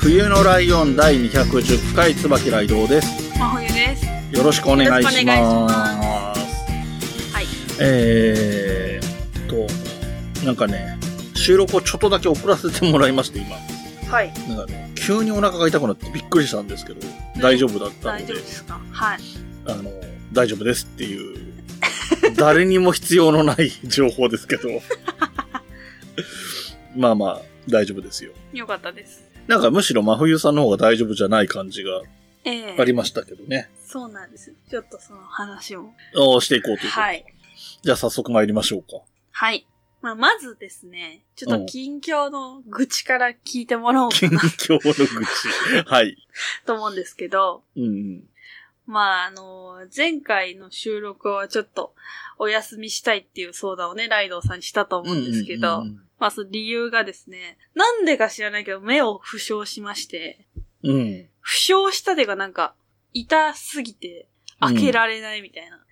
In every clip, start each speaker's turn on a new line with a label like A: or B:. A: 冬のライオン第210回椿雷堂です。
B: 真冬です
A: よろしくお願いし
B: よろしくお
A: ます。
B: はい
A: えーっと、なんかね、収録をちょっとだけ遅らせてもらいまして、今。
B: はい
A: なんかね、急にお腹が痛くなってびっくりしたんですけど、大丈夫だった
B: 大
A: の
B: 丈
A: で
B: 夫、ですかはい
A: あの、大丈夫ですっていう、誰にも必要のない情報ですけど。 まあまあ、大丈夫ですよ。
B: よかったです
A: なんかむしろ真冬さんの方が大丈夫じゃない感じが
B: ええ
A: ありましたけどね。
B: そうなんですちょっとその話を
A: をしていこうということで
B: はい
A: じゃあ早速参りましょうか。
B: はいまあ、まずですね、ちょっと近況の愚痴から聞いてもらおうか
A: 近
B: な
A: 況の愚痴。はい。
B: と思うんですけど、
A: うん。
B: まあ、あの、前回の収録はちょっとお休みしたいっていう相談をね、ライドウさんにしたと思うんですけど、
A: うん
B: まあ、その理由がですね、なんでか知らないけど、目を負傷しまして、
A: うんうん。
B: 負傷した手がなんか、痛すぎて、開けられないみたいな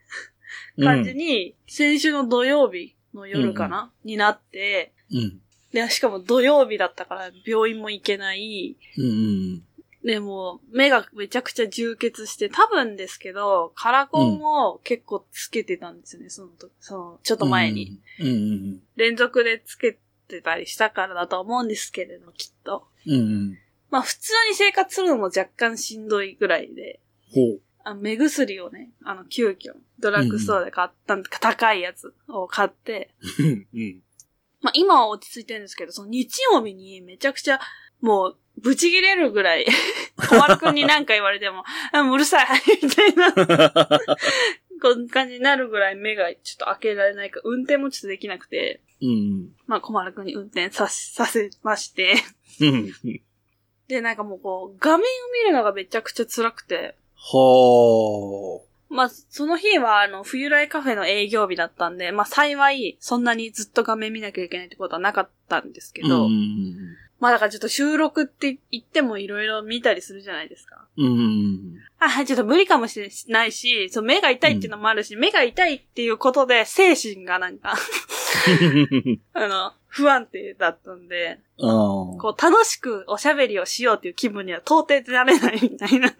A: うん
B: 感じに、先週の土曜日の夜かな、になって、
A: うん。
B: で、しかも土曜日だったから病院も行けない、
A: うんうん。
B: でも、目がめちゃくちゃ充血して、多分ですけど、カラコンを結構つけてたんですよね、その時、その、ちょっと前に。。
A: うんうん
B: 連続でつけてたりしたからだと思うんですけれど、きっと。
A: うん。うんうん。
B: まあ、普通に生活するのも若干しんどいぐらいで、
A: ほ
B: あ目薬をね、あの、急遽、ドラッグストアで買った、高いやつを買って、
A: う。うんうん。
B: まあ、今は落ち着いてるんですけど、その日曜日にめちゃくちゃ、もう、ブチ切れるぐらい、 小丸くんに何か言われても、あもううるさい、 みたいな、こんな感じになるぐらい目がちょっと開けられないか、運転もちょっとできなくて、
A: うん
B: まあ、小丸くんに運転させ、させまして、
A: うん。
B: で、なんかもうこう、画面を見るのがめちゃくちゃ辛くて、
A: ほ
B: まあ、その日は、あの、冬来カフェの営業日だったんで、まあ、幸い、そんなにずっと画面見なきゃいけないってことはなかったんですけ
A: う。うん
B: ど、まあだからちょっと収録って言ってもいろいろ見たりするじゃないですか。
A: うんうん。
B: あ、はいちょっと無理かもしれないし、そう、目が痛いっていうのもあるし、目が痛いっていうことで、精神がなんか、 あの、不安定だったんで、
A: あ
B: こう、楽しくおしゃべりをしようっていう気分には到底なれないみたいな
A: あ。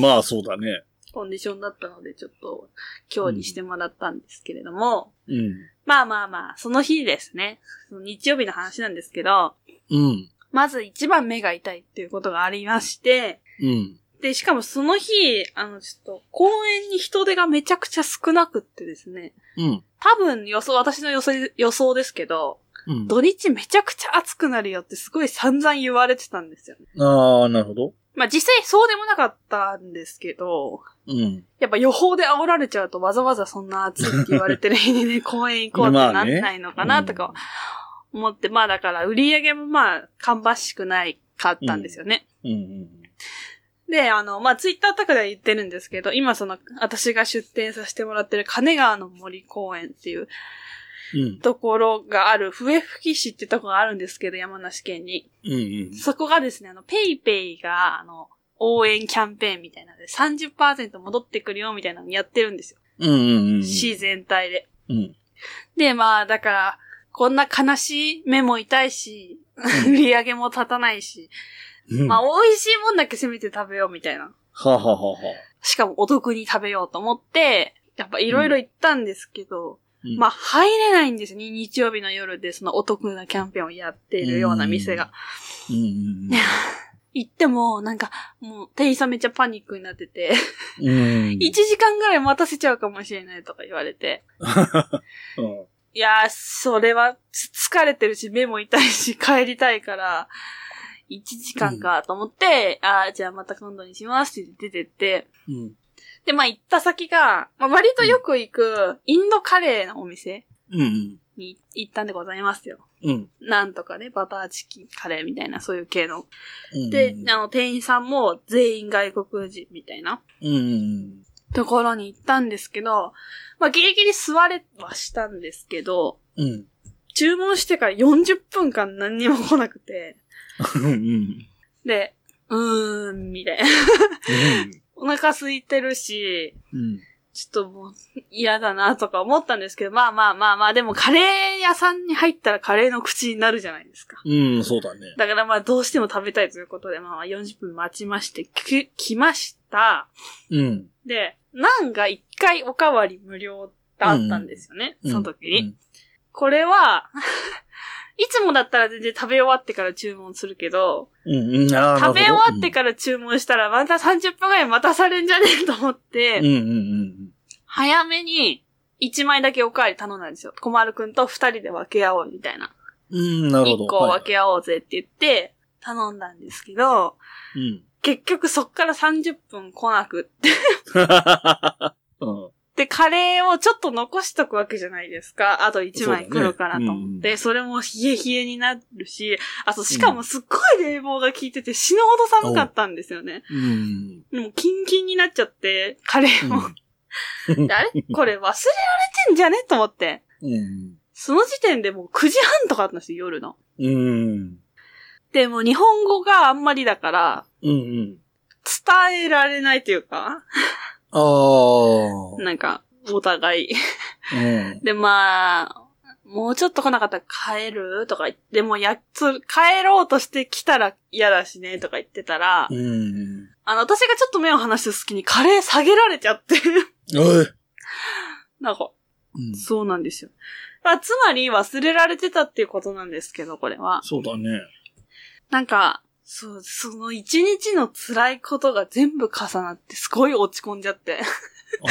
A: まあそうだね。
B: コンディションだったので、ちょっと、今日にしてもらったんですけれども、
A: うん。
B: まあまあまあ、その日ですね。その日曜日の話なんですけど、
A: うん。
B: まず一番目が痛いっていうことがありまして、
A: うん。
B: で、しかもその日、あの、ちょっと、公園に人手がめちゃくちゃ少なくってですね。
A: うん。
B: 多分予想、私の予想、予想ですけど、
A: うん。
B: 土日めちゃくちゃ暑くなるよってすごい散々言われてたんですよね。
A: ああ、なるほど。
B: まあ実際そうでもなかったんですけど、
A: うん。
B: やっぱ予報で煽られちゃうとわざわざそんな暑いって言われてる日にね、公園行こうって
A: ま
B: な
A: あ
B: ん
A: ね
B: ないのかなとか思って、まあだから売り上げもまあ、芳しくないかったんですよね。
A: うんうん。
B: で、あの、まあ、ツイッターとかでは言ってるんですけど、今その、私が出展させてもらってる金川の森公園っていう
A: うん。
B: ところがある、笛吹市ってとこがあるんですけど、山梨県に。
A: うん
B: そこがですね、あの、ペイペイが、あの、応援キャンペーンみたいなので、30%戻ってくるよみたいなのやってるんですよ。
A: うん。うんうんうん。
B: 市全体で。
A: うん。
B: で、まあ、だから、こんな悲しい目も痛いし、 売り上げも立たないし、
A: うん。
B: まあ、
A: は
B: 美味しいもんだけせめて食べようみたいな。
A: あはあはあはあ。
B: しかもお得に食べようと思って、やっぱいろいろ行ったんですけど、
A: うん
B: まあ入れないんですね。日曜日の夜でそのお得なキャンペーンをやっているような店が。
A: うんうん
B: 行っても、なんか、もう店員さんめっちゃパニックになってて、
A: うん。うん
B: 1時間ぐらい待たせちゃうかもしれないとか言われて。
A: うん
B: いやー、それはつ疲れてるし、目も痛いし、帰りたいから、1時間かと思って、あーじゃあまた今度にしますって出てって、
A: うん。
B: で、まあ行った先が、まあ、割とよく行くインドカレーのお店
A: うん。
B: に行ったんでございますよ。
A: うん。
B: なんとかね、バターチキンカレーみたいな、そういう系の。
A: うん
B: で、あの、店員さんも全員外国人みたいな
A: うん。
B: ところに行ったんですけど、まあ、ギリギリ座れはしたんですけど、
A: うん。
B: 注文してから40分間何にも来なくて、
A: うん。
B: で、うーん、みたいな。お腹空いてるし、
A: うん。
B: ちょっともう嫌だなとか思ったんですけど、まあまあまあまあ、でもカレー屋さんに入ったらカレーの口になるじゃないですか。
A: うん、そうだね。
B: だからまあどうしても食べたいということで、まあまあ40分待ちまして、き、来ました。
A: うん。
B: で、ナンが一回おかわり無料だったんですよね、
A: うん
B: その時に。これは、 いつもだったら全然食べ終わってから注文するけど、
A: うん。うん。ああ、
B: 食べ終わって
A: か
B: から注文したらまた30分ぐらい待たされんじゃねえと思って、
A: うんうんうん。
B: 早めに、一枚だけおかわり頼んだんですよ。小丸くんと二人で分け合おうみたいな。
A: うん、なるほど。
B: 一個分け合おうぜって言って、頼んだんですけど、
A: うん。
B: 結局そっから30分来なくって。
A: うん。
B: で、カレーをちょっと残しとくわけじゃないですか。あと一枚来るからと思っ
A: そうだね
B: て、それも冷え冷えになるし、あとしかもすっごい冷房が効いてて死ぬほど寒かったんですよね。
A: うん。
B: もうキンキンになっちゃって、カレーも。であれこれ忘れられてんじゃねと思って。
A: うん。
B: その時点でもう9時半とかあったんですよ、夜の。
A: うん。
B: で、もう日本語があんまりだから、
A: うん。
B: 伝えられないというか、
A: ああ。
B: なんか、お互い。
A: うん。
B: で、まあ、もうちょっと来なかったら帰るとか言って、でもやつ、帰ろうとして来たら嫌だしね、とか言ってたら、
A: うん。
B: あの、私がちょっと目を離した隙にカレー下げられちゃって。
A: おい。
B: なんか、
A: うん
B: そうなんですよ。あつまり忘れられてたっていうことなんですけど、これは。
A: そうだね。
B: なんか、そう、その一日の辛いことが全部重なって、すごい落ち込んじゃって。
A: あ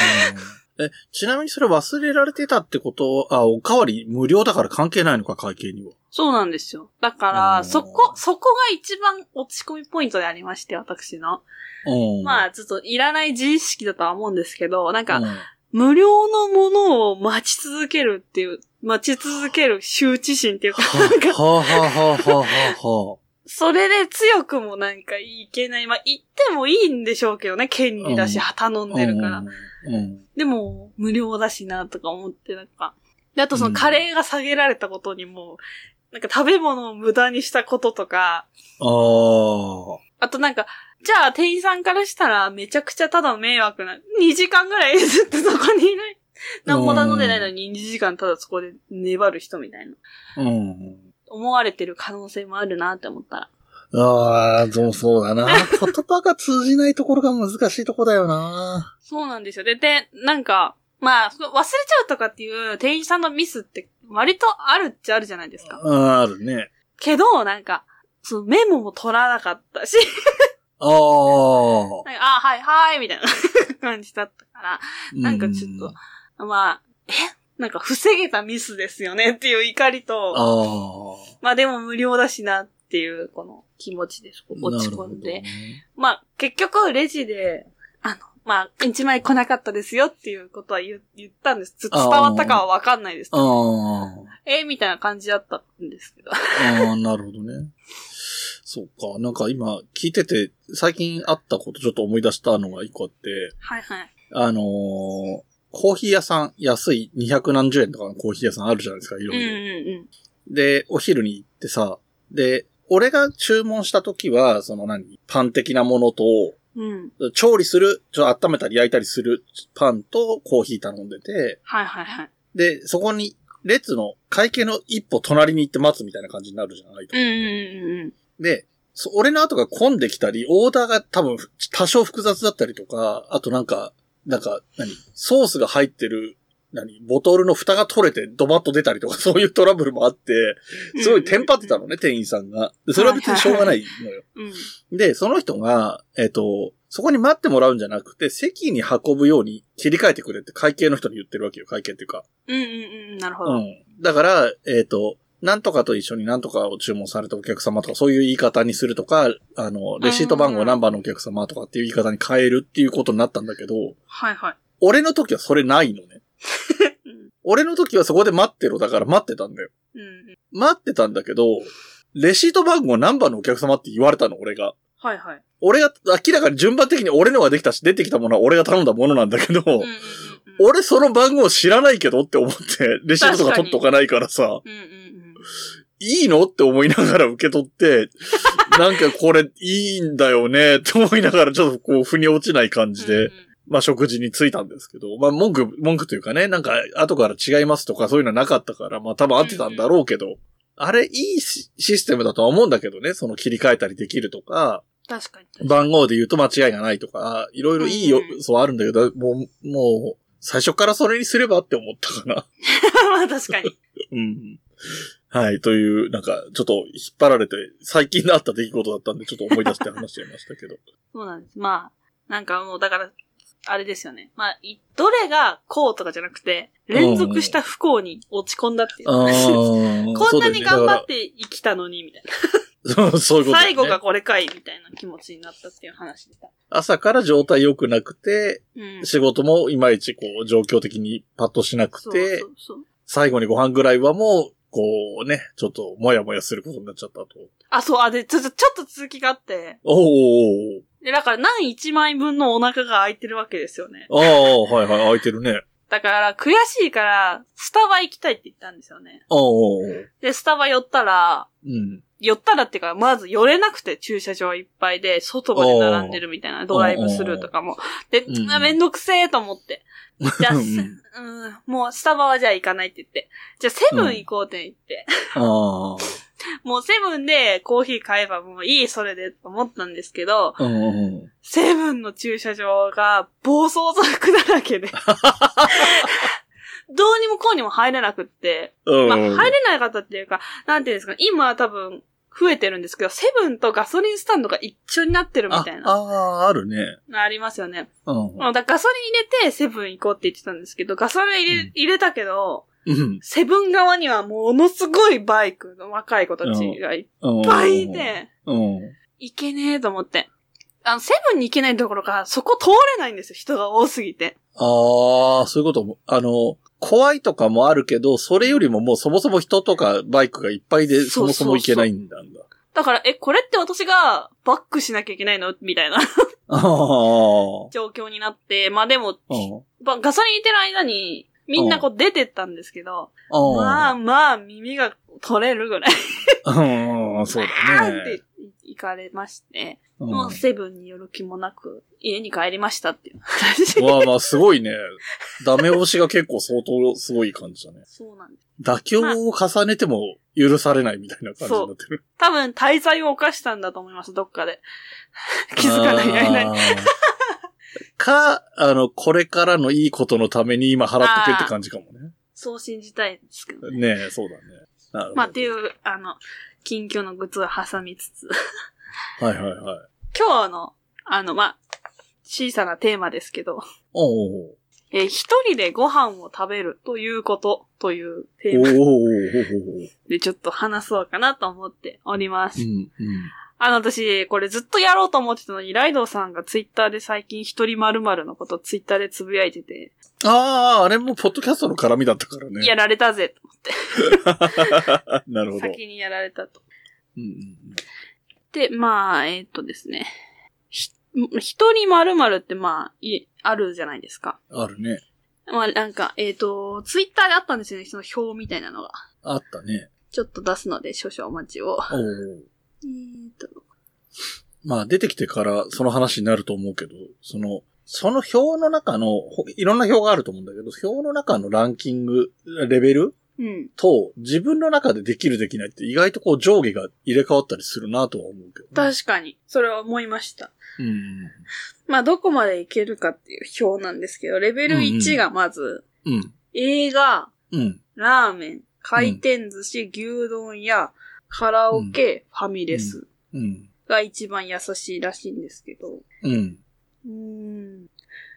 A: ーえ、ちなみにそれ忘れられてたってことは、あ、おかわり無料だから関係ないのか、会計には。
B: そうなんですよ。だか
A: う
B: ら、
A: ん
B: そこ、そこが一番落ち込みポイントでありまして、私の。
A: うん。
B: ま
A: あ、
B: あ、ちょっといらない自意識だとは思うんですけど、なん
A: う
B: か、
A: ん
B: 無料のものを待ち続けるっていう、待ち続ける羞恥心っていうか、なんか、
A: はあ、はあはあはあ は
B: それで強くもなんかいけない。まあ、言ってもいいんでしょうけどね、権利だし
A: うん、
B: 頼ん
A: あ。
B: でるから。
A: うん。うん
B: でも、無料だしな、とか思って、なんか。で、あとそのカレーが下げられたことにも、なんか食べ物を無駄にしたこととか、
A: ああ。
B: あとなんか、じゃあ店員さんからしたらめちゃくちゃただの迷惑な、2時間ぐらいずっとそこにいない。何も頼んでないのに2時間ただそこで粘る人みたいな。
A: うん。
B: 思われてる可能性もあるなって思ったら。
A: ああ、そうそうだな。言葉が通じないところが難しいとこだよな。
B: そうなんですよ。で、で、なんか、まあ、忘れちゃうとかっていう店員さんのミスって割とあるっちゃあるじゃないですか。
A: ああるね。
B: けど、なんか、そのメモも取らなかったし、
A: あ あ。
B: なんかあ、はい、はい、みたいな 感じだったかなんかちょっと
A: うん
B: ら、まあ、えなんか防げたミスですよねっていう怒りと、
A: ああ。
B: まあでも無料だしなっていう、この気持ちです。落ち込んで。
A: なるほどね
B: まあ、結局、レジで、あの、まあ、一枚来なかったですよっていうことは言言ったんです。つ伝わったかはわかんないです。
A: ああ。
B: えみたいな感じだったんですけど。
A: ああ、なるほどね。そうか。なんか今聞いてて、最近あったことちょっと思い出したのが一個あって、
B: はいはい。
A: あのーコーヒー屋さん、安い200何十円とかのコーヒー屋さんあるじゃないですか、いろ
B: うんうん
A: いろ。
B: うん。
A: で、お昼に行ってさ、で、俺が注文した時は、その何、パン的なものと、
B: うん。
A: 調理する、ちょっと温めたり焼いたりするパンとコーヒー頼んでて、
B: はいはいはい。
A: で、そこに、列の会計の一歩隣に行って待つみたいな感じになるじゃない
B: うんうんうんうん。
A: で、そ俺の後が混んできたり、オーダーが多分多少複雑だったりとか、あとなんか、なんか、何ソースが入ってる、何ボトルの蓋が取れてドバッと出たりとか、そういうトラブルもあって、すごいテンパってたのね、店員さんが。でそれは別にしょうがないのよ。
B: うん。
A: で、その人が、えっ、と、そこに待ってもらうんじゃなくて、席に運ぶように切り替えてくれって会計の人に言ってるわけよ、会計っていうか。
B: うんうんうん。なるほど。
A: う
B: はい
A: ん。だから、えっ、と、なんとかと一緒になんとかを注文されたお客様とか、そういう言い方にするとか、あの、レシート番号何番のお客様とかっていう言い方に変えるっていうことになったんだけど、
B: はい。
A: 俺の時はそれないのね。
B: うん
A: 俺の時はそこで待ってろだから待ってたんだよ。
B: うん。
A: 待ってたんだけど、レシート番号何番のお客様って言われたの、俺が。
B: はいはい。
A: 俺が明らかに順番的に俺のができたし、出てきたものは俺が頼んだものなんだけど、
B: うんうんうんうん。
A: 俺その番号知らないけどって思って、レシートとか取っとかないからさ、
B: うんうんうん。
A: いいのって思いながら受け取って、なんかこれいいんだよねって思いながらちょっとこう腑に落ちない感じ
B: うんう
A: で
B: ん、
A: まあ食事に着いたんですけど、まあ文句、文句というかね、なんか後から違いますとかそういうのはなかったから、まあ多分合ってたんだろうけど、あれいいシシステムだとは思うんだけどね、その切り替えたりできるとか、
B: 確かに。
A: 番号で言うと間違いがないとか、いろいろいいよ
B: うんう、ん
A: そうあるんだけど、もう、もう、最初からそれにすればって思ったかな。
B: まあ確かに。
A: うん。はい、という、なんか、ちょっと引っ張られて、最近あった出来事だったんで、ちょっと思い出して話しちゃいました けど。
B: そうなんです。まあ、なんかもうだから、あれですよね。まあ、いどれがこうとかじゃなくて、連続した不幸に落ち込んだっていう。こんなに頑張って生きたのに、みたいな。
A: て、そういうことだよ
B: 最
A: ね
B: 後がこれかい、みたいな気持ちになったっていう話でした。
A: 朝から状態良くなくて、
B: うん。
A: 仕事もいまいちこう、状況的にパッとしなく
B: そう
A: て
B: そ、うそう。
A: 最後にご飯ぐらいはもう、こうね、ちょっと、もやもやすることになっちゃったと。
B: あ、そう、あ、で、ちょっと、ちょっと続きがあって、
A: おーおーおー
B: で、だから、何一枚分のお腹が空いてるわけですよね。
A: ああ、はいはい、空いてるね。
B: だから、悔しいから、スタバ行きたいって言ったんですよね。
A: ああ、う
B: で、スタバ寄ったら、
A: ん。
B: 寄ったらっていうか、まず寄れなくて、駐車場いっぱいで、外まで並んでるみたいな、ドライブスルーとかも。で、
A: うん
B: あめんどくせえと思って。じゃあ、
A: う
B: せ
A: ん
B: うん、もうスタバはじゃあ行かないって言って。じゃあ、セブン行こうって言って。
A: あ
B: もうセブンでコーヒー買えばもういい、それで、と思ったんですけど、
A: あ、うんうん。
B: セブンの駐車場が暴走族だら けで。どうにもこうにも入れなくって。
A: うん。
B: まあ、入れなかったっていうか、なんていうんですか、今多分増えてるんですけど、セブンとガソリンスタンドが一緒になってるみたい
A: あ
B: な、
A: あー、あるね。
B: ありますよね。
A: うん。
B: まあだからガソリン入れてセブン行こうって言ってたんですけど、ガソリン入れ,、
A: うん
B: 入れたけど、
A: うん。
B: セブン側にはものすごいバイクの若い子たちがいっ
A: うん
B: ぱいい。て、
A: うん。
B: 行けねえと思って。あの、セブンに行けないどころか、そこ通れないんですよ、人が多すぎて。
A: ああ、そういうことも、あの、怖いとかもあるけど、それよりももうそもそも人とかバイクがいっぱいで、
B: そ
A: そ
B: うそう
A: も
B: そ
A: そうも行けないんだんだ。
B: だから、え、これって私がバックしなきゃいけないのみたいな
A: ああ。
B: 状況になって、まあでも、
A: うん。
B: ばガソリン入れてる間に、みんなこう出てったんですけど、ま
A: あ
B: あまあ耳が取れるぐらい、
A: あ。うん、そう
B: バ
A: だ
B: ーンって
A: ね。
B: 行かれまして、
A: う
B: もうセブンによる気もなく、家に帰りましたっていう話
A: ん。。わあまあ、すごいね。ダメ押しが結構相当すごい感じだね。
B: そうなんです。
A: 妥協を重ねても許されないみたいな感じになってる。
B: 多分、滞在を犯したんだと思います、どっかで。 気づかない間に。
A: あー。か、あの、これからのいいことのために今払ってけって感じかもね。
B: そう信じたいですけどね。
A: ねえ、そうだね。なるほど。
B: まあ、っていう、あの、近況のグッズを挟みつつ、
A: はいはいはい。
B: 今日の、あの、まあ、小さなテーマですけど、
A: おうおう
B: えー一人でご飯を食べるということというテ
A: おうおうお
B: ーマ
A: うおうおう
B: でちょっと話そうかなと思っておりま
A: う
B: す。
A: ん、
B: あの、私、これずっとやろうと思ってたのに、ライドウさんがツイッターで最近一人〇〇のことツイッターでつぶやいてて、
A: ああ、あれもポッドキャストの絡みだったからね。
B: やられたぜ
A: な
B: と。
A: るほど。
B: 先にやられたと。
A: うんうん
B: で、まあ、えーっとですね。ひ一人〇〇ってまあ、いあるじゃないですか。
A: うんあるね。
B: まあ、なんか、えーっと、ツイッターであったんですよね、その表みたいなのが。
A: あったね。
B: ちょっと出すので、少々お待ちを。
A: おうおう
B: えーっと、
A: まあ出てきてからその話になると思うけど、その、その表の中の、ほいろんな表があると思うんだけど、表の中のランキング、レベル
B: うん。
A: と自分の中でできるできないって意外とこう上下が入れ替わったりするなとは思うけど、ね。
B: 確かに、それは思いました。
A: うん。
B: まあ、どこまでいけるかっていう表なんですけど、レベル1がまず、
A: うん。
B: 映画、
A: うん。
B: ラーメン、回転寿司、牛丼や、カラオケ、ファミレス
A: うん。
B: が一番優しいらしいんですけど、
A: うん。
B: うーん。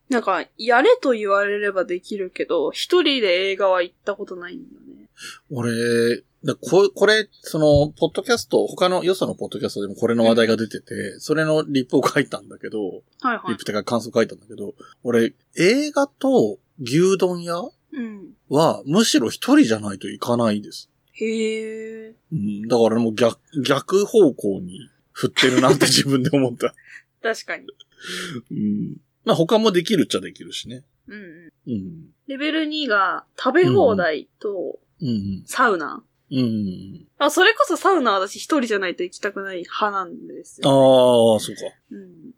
B: なんか、やれと言われればできるけど、一人で映画は行ったことないんだよね。
A: 俺、だここれ、その、ポッドキャスト、他のよそのポッドキャストでもこれの話題が出てて、それのリップを書いたんだけど、
B: はいは
A: リ
B: い
A: ップ。ってか感想書いたんだけど、俺、映画と牛丼屋
B: うん。
A: は、むしろ一人じゃないといかないです。
B: へえ。
A: うん、だからもう逆、逆方向に振ってるなって自分で思った。
B: 確かに。
A: うん。まあ他もできるっちゃできるしね。
B: うんうん。
A: うん。
B: レベル2が、食べ放題と、
A: うん。
B: サウナ。
A: うん。
B: あ、それこそサウナは私一人じゃないと行きたくない派なんです
A: ああ
B: よ。、
A: そうか。
B: うん。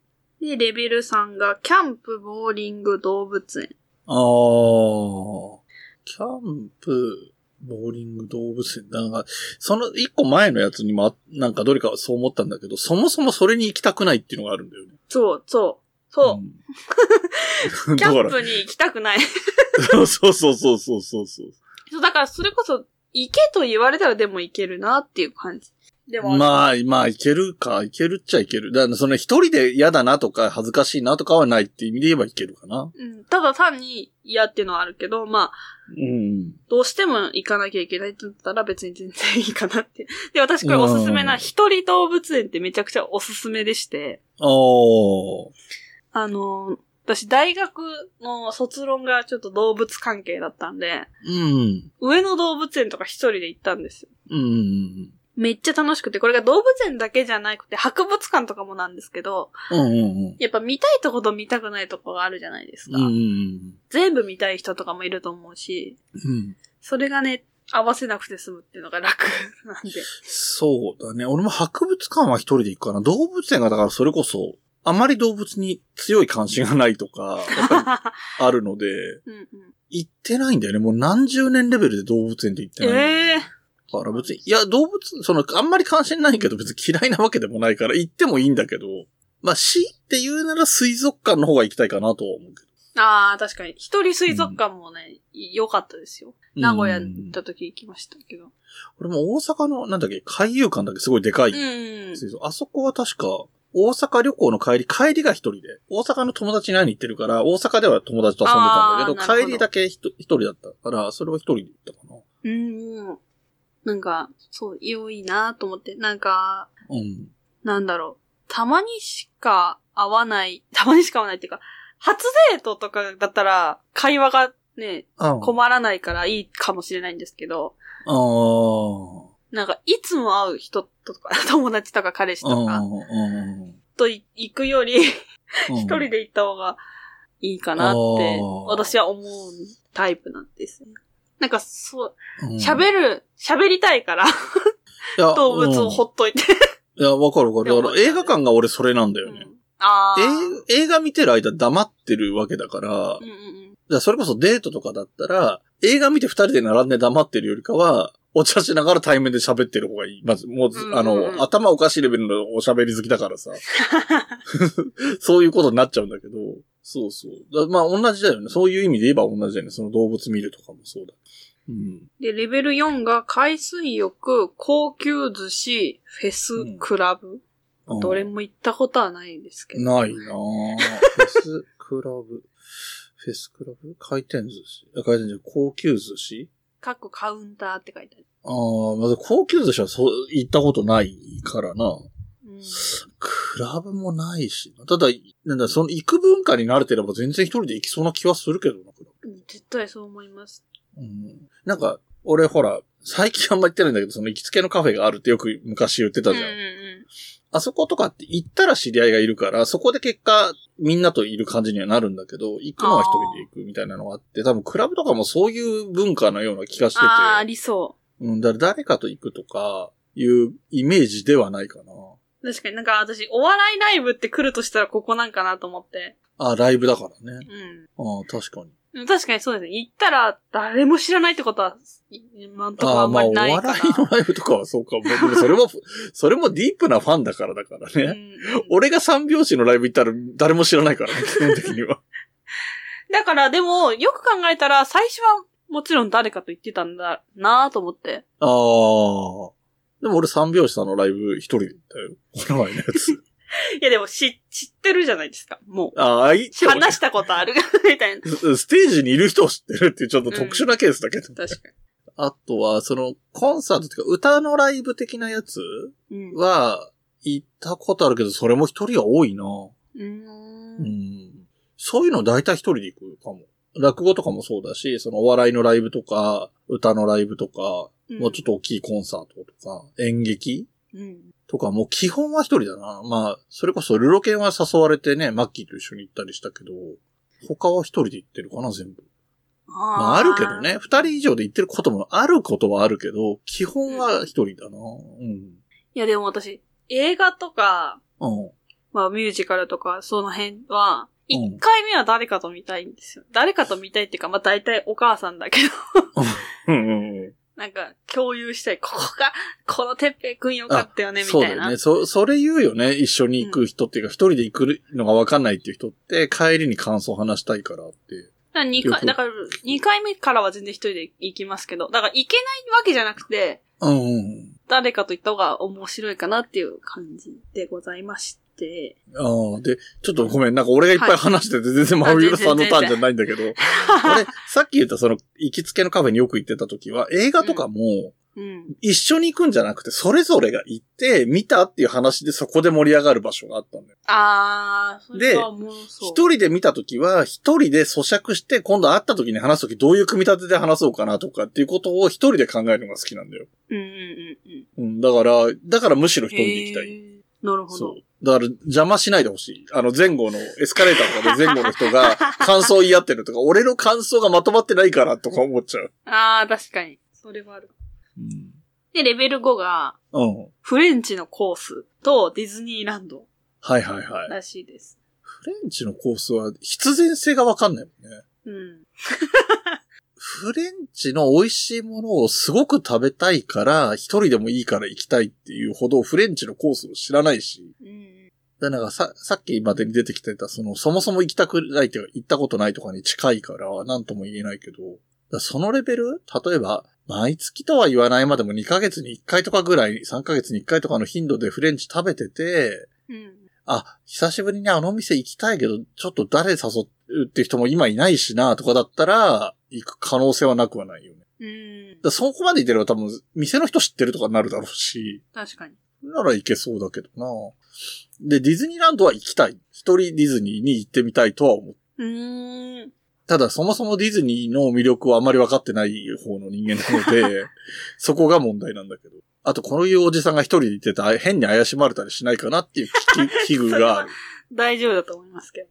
B: で、レベル3が、キャンプ、ボーリング、動物園。
A: ああ、キャンプ、ボーリング、動物園。なんか、その一個前のやつにもあ、なんかどれかそう思ったんだけど、そもそもそれに行きたくないっていうのがあるんだよね。
B: そう、そう、そう。
A: うん。
B: キャン
A: だか
B: プに行きたくない。
A: ら、そうそうそうそうそうそう。
B: そう、だからそれこそ、行けと言われたらでも行けるなっていう感じ。でも、
A: まあ、まあ、いけるか、いけるっちゃいける。だから、その一人で嫌だなとか、恥ずかしいなとかはないって意味で言えばいけるかな。
B: うん、ただ単に嫌っていうのはあるけど、まあ、
A: うん。
B: どうしても行かなきゃいけないって言ったら別に全然いいかなって。 で、私これおすすめ
A: う
B: な、
A: ん
B: 一人動物園ってめちゃくちゃおすすめでして、
A: あー。
B: あのー、私大学の卒論がちょっと動物関係だったんで、
A: うん。
B: 上野動物園とか一人で行ったんですよ。
A: うん。
B: めっちゃ楽しくて、これが動物園だけじゃなくて、博物館とかもなんですけど、
A: うん。うん。
B: やっぱ見たいとこと見たくないとこがあるじゃないです
A: うん。
B: か。
A: うん。
B: 全部見たい人とかもいると思うし、
A: うん。
B: それがね、合わせなくて済むっていうのが 楽なんで。
A: そうだね。俺も博物館は一人で行くかな。動物園がだからそれこそ、あまり動物に強い関心がないと か、やっぱりあるので、
B: うんうん、
A: 行ってないんだよね。もう何十年レベルで動物園って行ってない。
B: ええ
A: だから別に、いや、動物、その、あんまり関心ないけど別に嫌いなわけでもないから、行ってもいいんだけど、まあ、死って言うなら水族館の方が行きたいかなとは思うけど。
B: ああ、確かに。一人水族館もね、良、かったですよ。名古屋
A: う
B: に行
A: ん
B: った時行きましたけど。
A: 俺も大阪の、なんだっけ、海遊館だっけ、すごいでかい。
B: うん。
A: 水族あそこは確か、大阪旅行の帰り、帰りが一人で、大阪の友達に会いに行ってるから、大阪では友達と遊んでたんだけど、
B: あーなるほど
A: 帰りだけひと一人だったから、それは一人で行ったかな。
B: うん。なんか、そう、良いなと思って。なんか、
A: うん。
B: なんだろう。たまにしか会わない、たまにしか会わないっていうか、初デートとかだったら、会話がね、
A: ああ。
B: 困らないからいいかもしれないんですけど、
A: あー
B: なんか、いつも会う人とか、 友達とか彼氏
A: あー。
B: とか、
A: うん
B: とい行くより、
A: 一
B: 一人で行った方がいいかなって
A: あー、
B: 私は思うタイプなんですね。なんか、そう、
A: る
B: 喋る、喋りたいから、動物をほ
A: ほ
B: っといて。
A: いや、わかるわかる。だか
B: っ
A: ら
B: て思
A: 映
B: っちゃう
A: 画館が俺それなんだ
B: う
A: よね。
B: ん、ああ。
A: え映画見てる間黙ってるわけだから、だか
B: うんうん
A: らそれこそデートとかだったら、映画見て二人で並んで黙ってるよりかは、お茶しながら対面で喋ってる方がいい。まず、もうず、
B: うんうんうん
A: あの、頭おかしいレベルのおしゃべり好きだか らさ。そういうことになっちゃうんだけど、そうそう。だまあ同じだよね。そういう意味で言えば同じだよね。その動物見るとかもそうだ。うん。
B: うん。で、レベル4が、海水浴、高級寿司、フェス、
A: うん
B: クラブ。
A: うん
B: どれも行ったことはないんですけど。
A: ないなぁ。フェスクラブ。フェスクラブ回転寿司あ回転寿司高級寿司
B: かっこカウンターって書いてある。
A: ああ、まず高級寿司はそう、行ったことないからな。
B: うん
A: クラブもないしな。ただ、なんだ、その行く文化に慣れてれば全然一人で行きそうな気はするけどな。
B: うん絶対そう思います。
A: うん、なんか、俺ほら、最近あんま行ってないんだけど、その行きつけのカフェがあるってよく昔言ってたじゃん。
B: うんうん
A: あそことかって行ったら知り合いがいるから、そこで結果みんなといる感じにはなるんだけど、行くのは一人で行くみたいなのがあって、多分クラブとかもそういう文化のような気がしてて、
B: ああ、ありそ
A: うん、だから誰かと行くとかいうイメージではないかな。
B: う。確かになんか私、お笑いライブって来るとしたらここなんかなと思って。
A: あ、ライブだからね。
B: うん。
A: ああ確かに。
B: でも確かにそうですね。行ったら誰も知らないってことは、い今んとこ
A: あ
B: あ
A: あ、
B: んま
A: まあ、
B: り
A: お
B: ない
A: 笑い
B: かな。
A: のライブとかはそうかも。でもそれも、 それもディープなファンだからだからね。
B: うんうん
A: 俺が三拍子のライブ行ったら誰も知らない からね、基本的には。
B: だからでも、よく考えたら、最初はもちろん誰かと言ってたんだなぁと思って。
A: ああ。でも俺三拍子さんのライブ一人で行ったよ。この前のやつ。
B: いやでも、知、知ってるじゃないですか。も。
A: ああ、いいう
B: 話したこと あるみたいな。
A: ステージにいる人を知ってるっていうちょっと特殊なケースだけど。
B: 確か
A: あとは、その、コンサートっていうか、歌のライブ的なやつ
B: に。うん。
A: は、行ったことあるけど、それも一人は多いな
B: うー。
A: うんん。そういうの大体一人で行くかも。落語とかもそうだし、そのお笑いのライブとか、歌のライブとか、もうちょっと大きいコンサートとか、演劇
B: うん。
A: とか、もう基本は一人だな。まあ、それこそルロケンは誘われてね、マッキーと一緒に行ったりしたけど、他は一人で行ってるかな、全部。
B: あ
A: まあ、あるけどね、二人以上で行ってることもあることはあるけど、基本は一人だな。うん。
B: いやでも私、映画とか、
A: うん。
B: まあミュージカルとか、その辺は、
A: うん
B: 一回目は誰かと見たいんですよ。誰かと見たいっていうか、まあ大体お母さんだけど、
A: うんうんうん。
B: なんか共有したい。ここが、このてっぺいくんよかったよね、み
A: そう
B: た
A: だ
B: い
A: よ
B: な。
A: ね。そ、それ言うよね。一緒に行く人っていうか、一人で行くのが分かんないっていう人って、帰りに感想話したいからって。
B: だから二回、だから二回目からは全然一人で行きますけど、だから行けないわけじゃなくて、
A: うんうん。
B: 誰かと行った方が面白いかなっていう感じでございまして。
A: ああ、で、ちょっとごめん、なんか俺がいっぱい話してて、全然真冬さんのターンじゃないんだけど、俺、さっき言ったその、行きつけのカフェによく行ってた時は、映画とかも、
B: うん。
A: 一緒に行くんじゃなくて、それぞれが行って、見たっていう話でそこで盛り上がる場所があったんだよ。
B: あー、それはおもろそう。
A: 一人で見たときは、一人で咀嚼して、今度会ったときに話すときどういう組み立てで話そうかなとかっていうことを一人で考えるのが好きなんだよ。
B: うんうんうんうん。
A: うん、だから、だからむしろ一人で行きたい。
B: へーなるほ
A: そ
B: ど。
A: う。だから邪魔しないでほしい。あの前後のエスカレーターとかで前後の 人が感想言い合ってるとか、俺の感想がまとまってないからとか思っちゃう。
B: あー、確かに。それはある。
A: うん。
B: で、レベル5が、
A: うん。
B: フレンチのコースとディズニーランド
A: はいはいはい。
B: らしいです。
A: フレンチのコースは必然性がわかんないもんね。
B: うん。
A: フレンチの美味しいものをすごく食べたいから、一人でもいいから行きたいっていうほどフレンチのコースを知らないし。
B: うん。
A: だからなんかさ、さっきまでに出てきてた、その、そもそも行きたくないっていうか行ったことないとかに近いから、なんとも言えないけど、だからそのレベル例えば、毎月とは言わないまでも2ヶ月に1回とかぐらい、3ヶ月に1回とかの頻度でフレンチ食べてて、
B: うん。
A: あ、久しぶりにあの店行きたいけど、ちょっと誰誘うって人も今いないしな、とかだったら、行く可能性はなくはないよね。
B: うん
A: だか。らそこまでいてれば多分、店の人知ってるとかになるだろうし、
B: 確かに。
A: ならいけそうだけどな。で、ディズニーランドは行きたい。一人ディズニーに行ってみたいとは思う。
B: うーん。
A: ただ、そもそもディズニーの魅力はあまり分かってない方の人間なので、そこが問題なんだけど。あと、このいうおじさんが一人で行ってたら変に怪しまれたりしないかなっていう危機危惧がある。
B: 大丈夫だと思いますけど。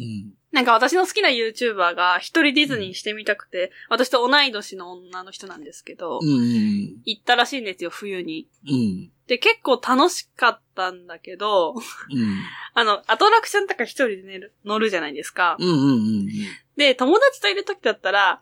A: うん。
B: なんか私の好きな YouTuber が一人ディズニーしてみたくて、私と同い年の女の人なんですけど、
A: うんうん
B: 行ったらしいんですよ、冬に。
A: うん。うん。
B: で、結構楽しかったんだけど、
A: うん。
B: あの、アトラクションとか一人で寝る乗るじゃないですか。
A: うんうんうんうん。
B: で、友達といる時だったら、わ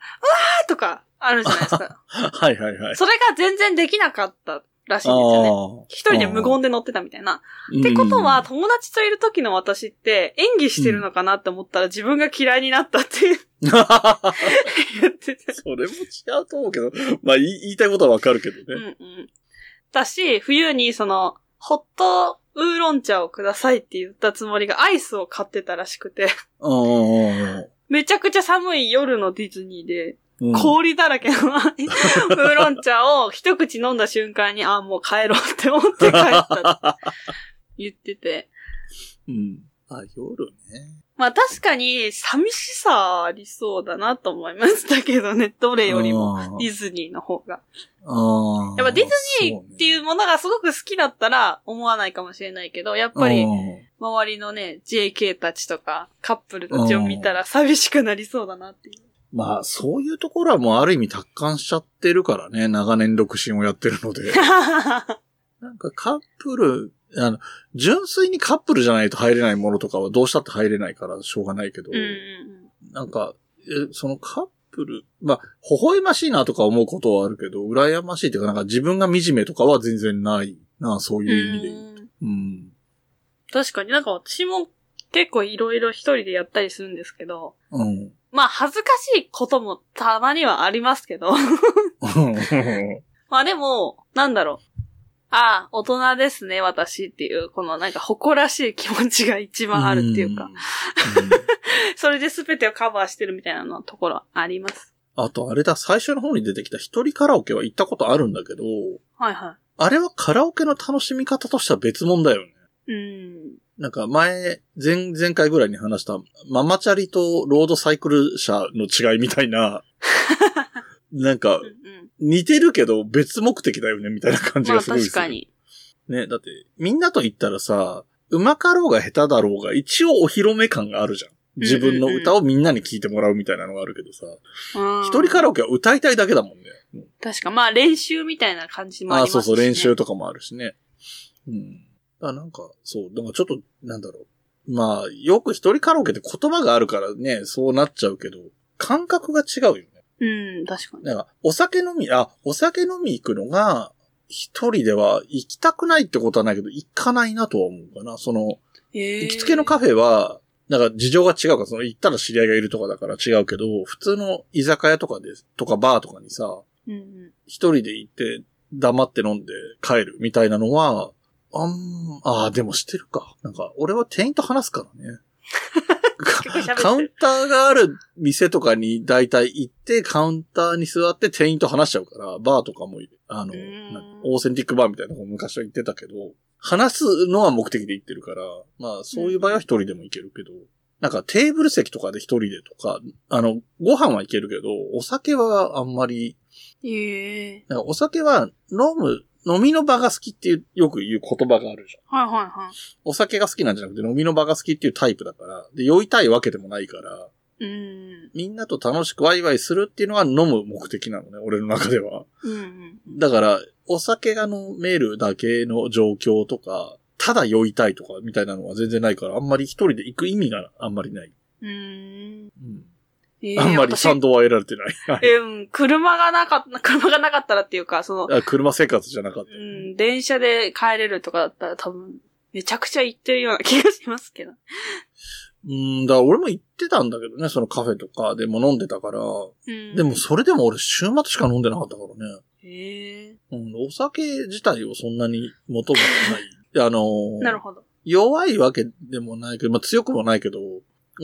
B: ーとかあるじゃないですか。
A: はいはいはい。
B: それが全然できなかったらしいんですよね。
A: ああ。
B: 一人で無言で乗ってたみたいな。
A: うん。っ
B: ってことは、友達といる時の私って演技してるのかなって思ったら自分が嫌いになったって 言ってて。
A: それも違うと思うけど、まあ言い言いたいことはわかるけど
B: うん
A: ね。
B: うん。だし、冬にその、ホットウーロン茶をくださいって言ったつもりがアイスを買ってたらしくて、
A: う
B: めちゃくちゃ寒い夜のディズニーで、
A: ん。
B: 氷だらけのウ ーロン茶を一口飲んだ瞬間に、あ、もう帰ろうって思って帰ったって 言ってて。
A: うん。あ、夜ね。
B: まあ確かに寂しさはありそうだなと思いましたけどね、どれよりも。
A: も
B: ディズニーの方が。
A: あ
B: やっぱディズニーっていう
A: やっ
B: ものがすごく好きだったら思わないかもしれないけど、やっぱり周りのね、JK たちとかカップルたちを見たら寂しくなりそうだなってい う。
A: まあ、そういうところはもうある意味達観しちゃってるからね。長年独身をやってるの で。なんかカップル、あの、純粋にカップルじゃないと入れないものとかはどうしたって入れないからしょうがないけど。
B: うんうん
A: なんか、えそのカップル、まあ、微笑ましいなとか思うことはあるけど、羨ましいっていうか、なんか自分が惨めとかは全然ないな、そう
B: うん
A: いう意味で。
B: うん
A: うん。
B: 確かになんか私も結構いろいろ一人でやったりするんですけど、
A: うん。
B: まあ恥ずかしいこともたまにはありますけど、 まあでも、なんだろう。ああ、大人ですね、私っていう、このなんか誇らしい気持ちが一番あるっていうか、
A: うん。うん
B: それで全てをカバーしてるみたいなのところあります。
A: あと、あれだ、最初の方に出てきた一人カラオケは行ったことあるんだけど、
B: はいは
A: あれはカラオケの楽しみ方としては別物だよね。
B: い。うん。
A: なんか前、前、前回ぐらいに話した、ママチャリとロードサイクル車の違いみた いな、なんか
B: う、ん
A: 似てるけど別目的だよねみたいな感
B: うん。
A: じ
B: ま
A: が
B: あ
A: すごいす
B: 確
A: る。
B: かに。
A: ね、だって、みんなと言ったらさ、うまかろうが下手だろうが、一応お披露目感があるじゃん。自分の歌をみんなに聴いてもらうみたいなのがあるけどさ、
B: 一
A: 一人カラオケは歌いたいだけだもんね。
B: 確か、まあ練習みたいな感じもあ
A: あ
B: り
A: あ、
B: ますし、
A: そ
B: ね。
A: うそう、練習とかもあるしね。うん。あなんか、そう、だからちょっと、なんだろう。まあ、よく一人カラオケって言葉があるからね、そうなっちゃうけど、感覚が違うよね。
B: うん、確かに。
A: なんか、お酒飲み、あ、お酒飲み行くのが、一人では行きたくないってことはないけど、行かないなとは思うかな。その、
B: ええ。
A: 行きつけのカフェは、なんか事情が違うから、その行ったら知り合いがいるとかだから違うけど、普通の居酒屋とかで、とかバーとかにさ、
B: うんうん。
A: 一人で行って黙って飲んで帰るみたいなのは、あん、あーでもしてるか。なんか、俺は店員と話すからね。
B: 結構喋ってる
A: カウンターがある店とかに大体行って、カウンターに座って店員と話しちゃうから、バーとかも、あの、
B: うーん
A: なんかオーセンティックバーみたいなとこ昔は行ってたけど、話すのは目的で行ってるから、まあそういう場合は一人でも行けるけど、なんかテーブル席とかで一人でとか、あの、ご飯は行けるけど、お酒はあんまり
B: ええ。
A: なんかお酒は飲む、飲みの場が好きっていう、よく言う言葉があるじゃ
B: は
A: ん。
B: いはいは
A: お酒が好きなんじゃなくて飲みの場が好きっていうタイプだから、で、酔いたいわけでもないから、
B: い。うん。
A: みんなと楽しくワイワイするっていうのは飲む目的なのね、俺の中では。
B: うんうん。
A: だから、お酒が飲めるだけの状況とか、ただ酔いたいとかみたいなのは全然ないから、あんまり一人で行く意味があんまりない。
B: うん。
A: うん
B: ええ
A: あんまり賛同は得られ てない。はい
B: え、うん、車がなかった、車がなかったらっていうか、その、
A: あ車生活じゃなかった。
B: うん、電車で帰れるとかだったら多分、めちゃくちゃ行ってるような気がしますけど。
A: うん、だから俺も行ってたんだけどね、そのカフェとかでも飲んでたから、
B: うん。
A: でも、それでも俺週末しか飲んでなかったからね。
B: ええ
A: うん、お酒自体をそんなに求めて ない。あのー
B: なるほど。
A: 弱いわけでもないけど、まあ強くもないけど、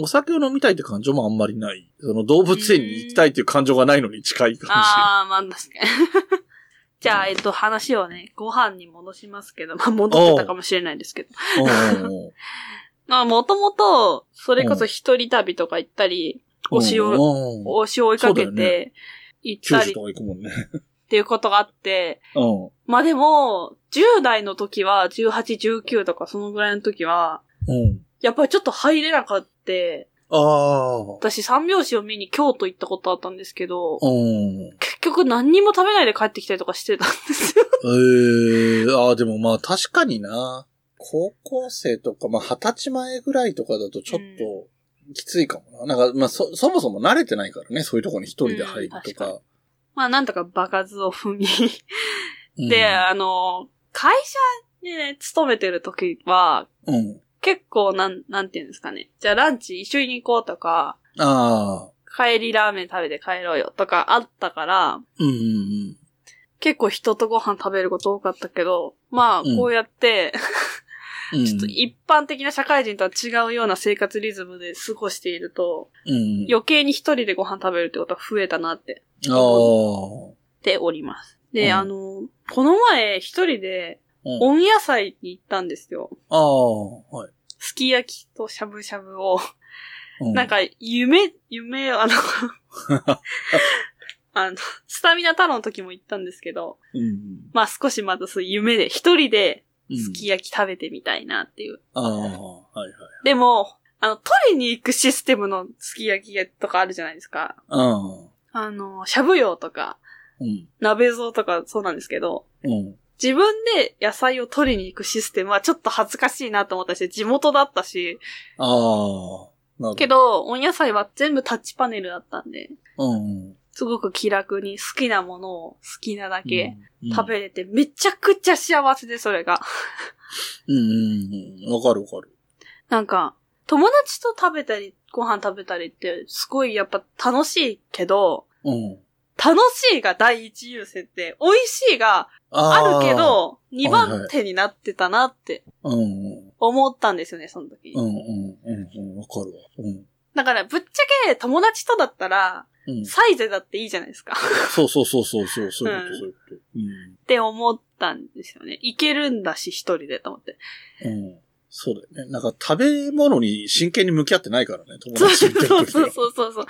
A: お酒を飲みたいって感情もあんまりない。その動物園に行きたいっていう感情がないのに近い感
B: ああ、まあ確かに。じゃあ、えっと、話をね、ご飯に戻しますけど、まあ戻ってたかもしれないですけど。
A: じ。うん うんうん
B: まあもともと、それこそ一人旅とか行ったり、推しを、
A: うんうん
B: 推しを追いかけ
A: そうだよ
B: て、行っ
A: 九
B: た
A: 州
B: りっ
A: とか行くもんね。
B: ていうことがあって、
A: うん。
B: まあでも、10代の時は、18、19とかそのぐらいの時は、
A: うん。
B: やっぱりちょっと入れなかった。
A: ああ。
B: 私、三拍子を見に京都行ったことあったんですけど、
A: うん。
B: 結局何にも食べないで帰ってきたりとかしてたんですよ。
A: ええああ、でもまあ確かにな。高校生とか、まあ二十歳前ぐらいとかだとちょっときついかもな。なんか、まあそ、そもそも慣れてないからね、そういうとこに一人で入る
B: うん
A: と
B: 確か
A: か。
B: にまあなんとか場数を踏み。
A: うん
B: で、あの、会社にね、勤めてる時は、
A: うん。
B: 結構なん、なんていうんですかね。じゃあランチ一緒に行こうとか、
A: ああ。
B: 帰りラーメン食べて帰ろうよとかあったから、
A: うんうん
B: 結構人とご飯食べること多かったけど、まあ
A: うん
B: こうやって、
A: うん。うん
B: ちょっと一般的な社会人とは違うような生活リズムで過ごしていると、
A: うん。
B: 余計に一人でご飯食べるってことは増えたなって、
A: ああ。
B: っております。で、
A: うん
B: あの、この前一人で
A: うん、
B: 温野菜に行ったんですよ。
A: ああ、はい。
B: すき焼きとしゃぶしゃぶを、
A: う
B: なん、か、夢、夢、あの、 あの、スタミナ太郎の時も行ったんですけど、
A: うん。
B: まあ少しまたそういう夢で、一人で
A: うん
B: すき焼き食べてみたいなっていう。
A: ああ、はいはい。
B: でも、あの、取りに行くシステムのすき焼きとかあるじゃないですか。
A: ああ。
B: あの、しゃぶ用とか、
A: うん。
B: 鍋蔵とかそうなんですけど、
A: うん。
B: 自分で野菜を取りに行くシステムはちょっと恥ずかしいなと思ったし、地元だったし、
A: ああ。なるほ
B: け、ど、温野菜は全部タッチパネルだったんで、
A: うん。
B: すごく気楽に好きなものを好きなだけ
A: うん、
B: 食べれて、めちゃくちゃ幸せで、それが。
A: うんうんうん。わかるわかる。
B: なんか、友達と食べたり、ご飯食べたりって、すごいやっぱ楽しいけど、
A: うん。
B: 楽しいが第一優先で、美味しいがあ
A: あ
B: る
A: ー
B: け、ど、二
A: はいは
B: 番
A: い
B: 手になってたなって
A: うんうん、
B: 思ったんですよね、その時。
A: うん、うん、うん、うんわかるわ。うん。
B: だから、ぶっちゃけ友達とだったら、
A: うん、
B: サイゼだっていいじゃないですか。っ
A: そうそうそうそう、そうそういうこと、そういうこと。
B: て思ったんですよね。いけるんだし、一人でと思って。
A: うん。うん。そうだよね。なんか食べ物に真剣に向き合ってないからね、友
B: そう
A: 達
B: そ
A: に言って
B: う
A: る時
B: そう
A: は。
B: そうそうそう。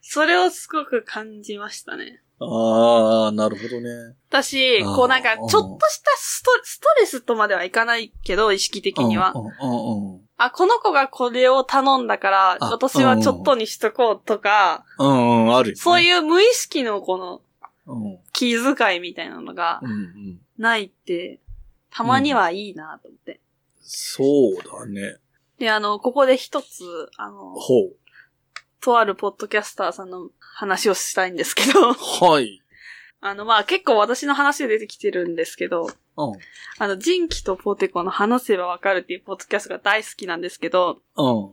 B: それをすごく感じましたね。
A: ああ、なるほどね。
B: 私、
A: あー
B: こうなんか、ちょっとしたストストレスとまではいかないけど、意識的には
A: う。んうんうん
B: あ、この子がこれを頼んだから、
A: あ
B: 私はちょっとにしとこうとか、
A: うん。うんうん、あるよ、ね。
B: そう
A: う。
B: いう無意識のこの
A: うん。うん
B: 気遣いみたいなのが
A: うん。
B: ないって、たまにはいいなと思って。
A: そうだね。
B: で、あの、ここで一つ、あの、
A: ほう。
B: とあるポッドキャスターさんの話をしたいんですけど、
A: はい。
B: あの、まあ、結構私の話で出てきてるんですけど、
A: うん。
B: あの、ジンキとポテコの話せばわかるっていうポッドキャストが大好きなんですけど、
A: うん。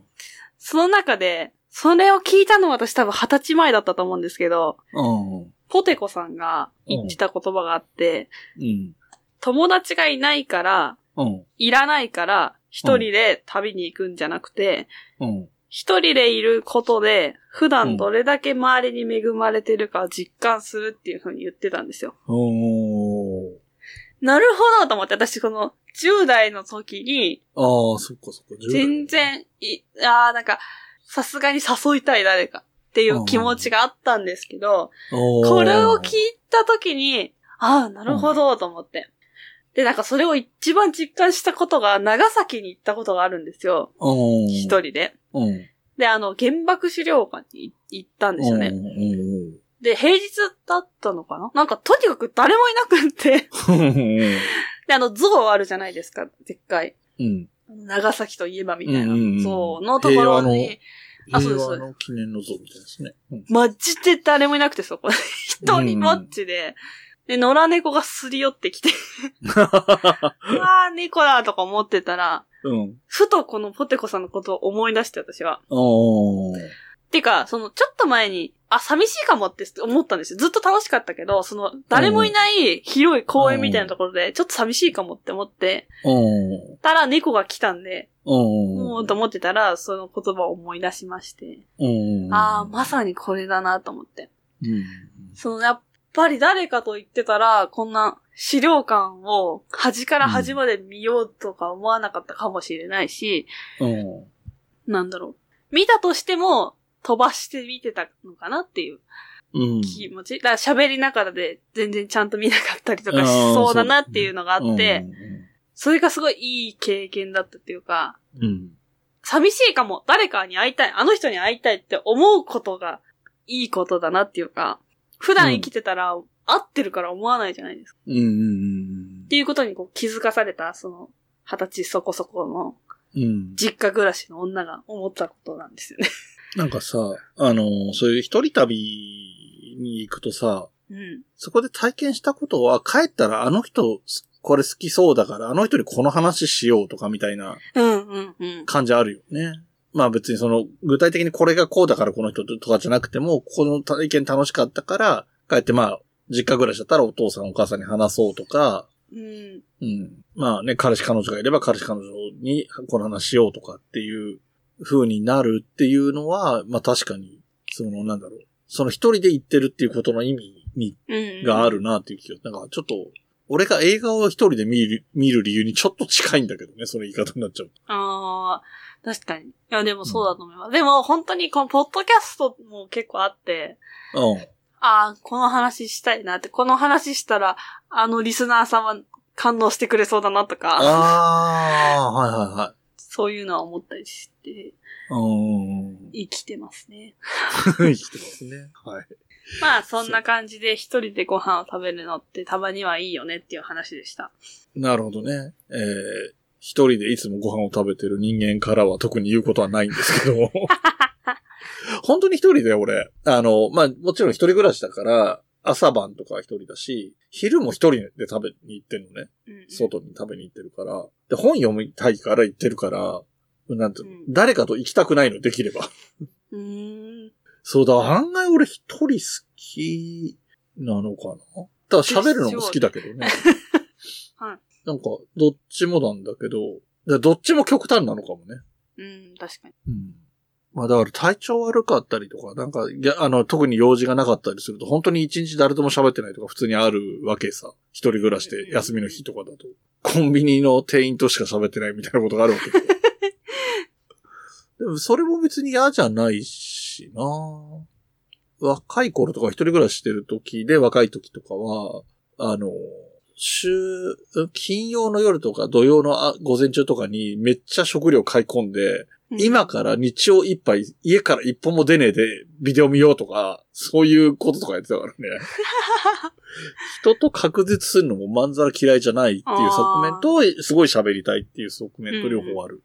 B: その中で、それを聞いたのは私多分二十歳前だったと思うんですけど、
A: うん。
B: ポテコさんが言ってた言葉があって、
A: うん。
B: 友達がいないから、
A: うん。
B: いらないから、一人で旅に行くんじゃなくて、
A: うん。
B: 一人でいることで、普段どれだけ周りに恵まれてるか実感するっていう風に言ってたんですよ。
A: おー。
B: なるほどと思って、私この10代の時に、
A: ああ、そっかそっか。10代
B: 全。然、い、ああ、なんか、さすがに誘いたい誰かっていう気持ちがあったんですけど、こ
A: こ
B: れを聞いた時に、ああ、なるほどと思って。で、なんかそれを一番実感したことが、長崎に行ったことがあるんですよ。
A: うん。
B: 一人で。
A: うん。
B: で、あの、原爆資料館に行ったんですよね。
A: う
B: で、平日だったのかななんか、とにかく誰もいなくって。
A: ん。うん。
B: で、あの、像あるじゃないですか、でっかい。
A: うん。
B: 長崎といえばみたい
A: うんうんうん
B: な。像のところ
A: 平
B: に、あそう
A: 平
B: です
A: 和の記念の像みたいですね。うん
B: マジで誰もいなくてそこ。一人ぼっちで。で、野良猫がすり寄って きて、うわー、猫だとか思ってたら、
A: うん。
B: ふとこのポテコさんのことを思い出して、私は。
A: おー。
B: てか、その、ちょっと前に、あ、寂しいかもって思ったんですよ。ずっと楽しかったけど、その、誰もいない広い公園みたいなところで、ちょっと寂しいかもって思って、
A: おー。
B: たら猫が来たんで、も
A: お
B: うと思ってたら、その言葉を思い出しまして、
A: うん。
B: ああ、ま
A: さ
B: さにこれだなと思って。
A: うん。
B: そのやっぱり誰かと言ってたら、こんな資料館を端から端まで見ようとか思わなかったかもしれないし、
A: うん。
B: なんだろう。見たとしても飛ばして見てたのかなっていう
A: うん。
B: 気持ち。だから喋りながらで全然ちゃんと見なかったりとかしそうだなっていうのがあ
A: う
B: っ
A: ん
B: て、。それがすごいいい経験だったっていうか、
A: うん。
B: 寂しいかも。誰かに会いたい。あの人に会いたいって思うことがいいことだなっていうか、普段生きてたら会ってるから思わないじゃないですか。
A: うん。うん
B: っていうことにこう気づかされた、その、二十歳そこそこの
A: うん。
B: 実家暮らしの女が思ったことなんですよね。
A: なんかさ、あの、そういう一人旅に行くとさ、
B: うん。
A: そこで体験したことは、帰ったらあの人、これ好きそうだから、あの人にこの話しようとかみたいな
B: うんうんうん。
A: 感じあるよね。まあ別にその、具体的にこれがこうだからこの人とかじゃなくても、この体験楽しかったから、帰ってまあ、実家暮らしだったらお父さんお母さんに話そうとか、
B: うん。
A: うん。まあね、彼氏彼女がいれば彼氏彼女にこの話しようとかっていう風になるっていうのは、まあ確かに、そのなんだろう。その一人で行ってるっていうことの意味に
B: うん。
A: があ
B: る。
A: るなっていう気が、なんかちょっと、俺が映画を一人で見る、見る理由にちょっと近いんだけどね、その言い方になっちゃう。
B: ああ、確かに。いや、でもそうだと思います。でも本当にこのポッドキャストも結構あって、
A: うん。
B: ああ、この話したいなって、この話したら、あのリスナー様感動してくれそうだなとか、
A: ああー、はいはいはい。
B: そういうのは思ったりして、
A: うん。
B: 生きてますね。
A: 生きてますね。はい。
B: まあ、そんな感じで一人でご飯を食べるのってたまにはいいよねっていう話でした。
A: なるほどね。えー、一人でいつもご飯を食べてる人間からは特に言うことはないんですけど。 本当に一人で俺、あの、まあ、もちろん一人暮らしだから、朝晩とかは一人だし、昼も一人で食べに行ってるのね。
B: うん
A: 外に食べに行ってるから、で、本読みたいから行ってるから、なんていうの、
B: うん
A: 誰かと行きたくないの、できれば。
B: うーん。
A: そうだ、案外俺一人好きなのかなただ喋るのも好きだけどね。
B: はい
A: なんか、どっちもなんだけど、だからどっちも極端なのかもね。
B: うん、確かに。
A: うん。まあだから体調悪かったりとか、なんか、いやあの、特に用事がなかったりすると、本当に一日誰とも喋ってないとか普通にあるわけさ。一人暮らしで休みの日とかだと。コンビニの店員としか喋ってないみたいなことがあるわけで。でも、それも別に嫌じゃないしな若い頃とか一人暮らししてる時で若い時とかは、あの、週、金曜の夜とか土曜のあ午前中とかにめっちゃ食料買い込んで、
B: うん
A: 今から日曜一杯、家から一本も出ねえでビデオ見ようとか、そういうこととかやって たからね。人と確実するのもまんざら嫌いじゃないっていう側面と、すごい喋りたいっていう側面と両方ある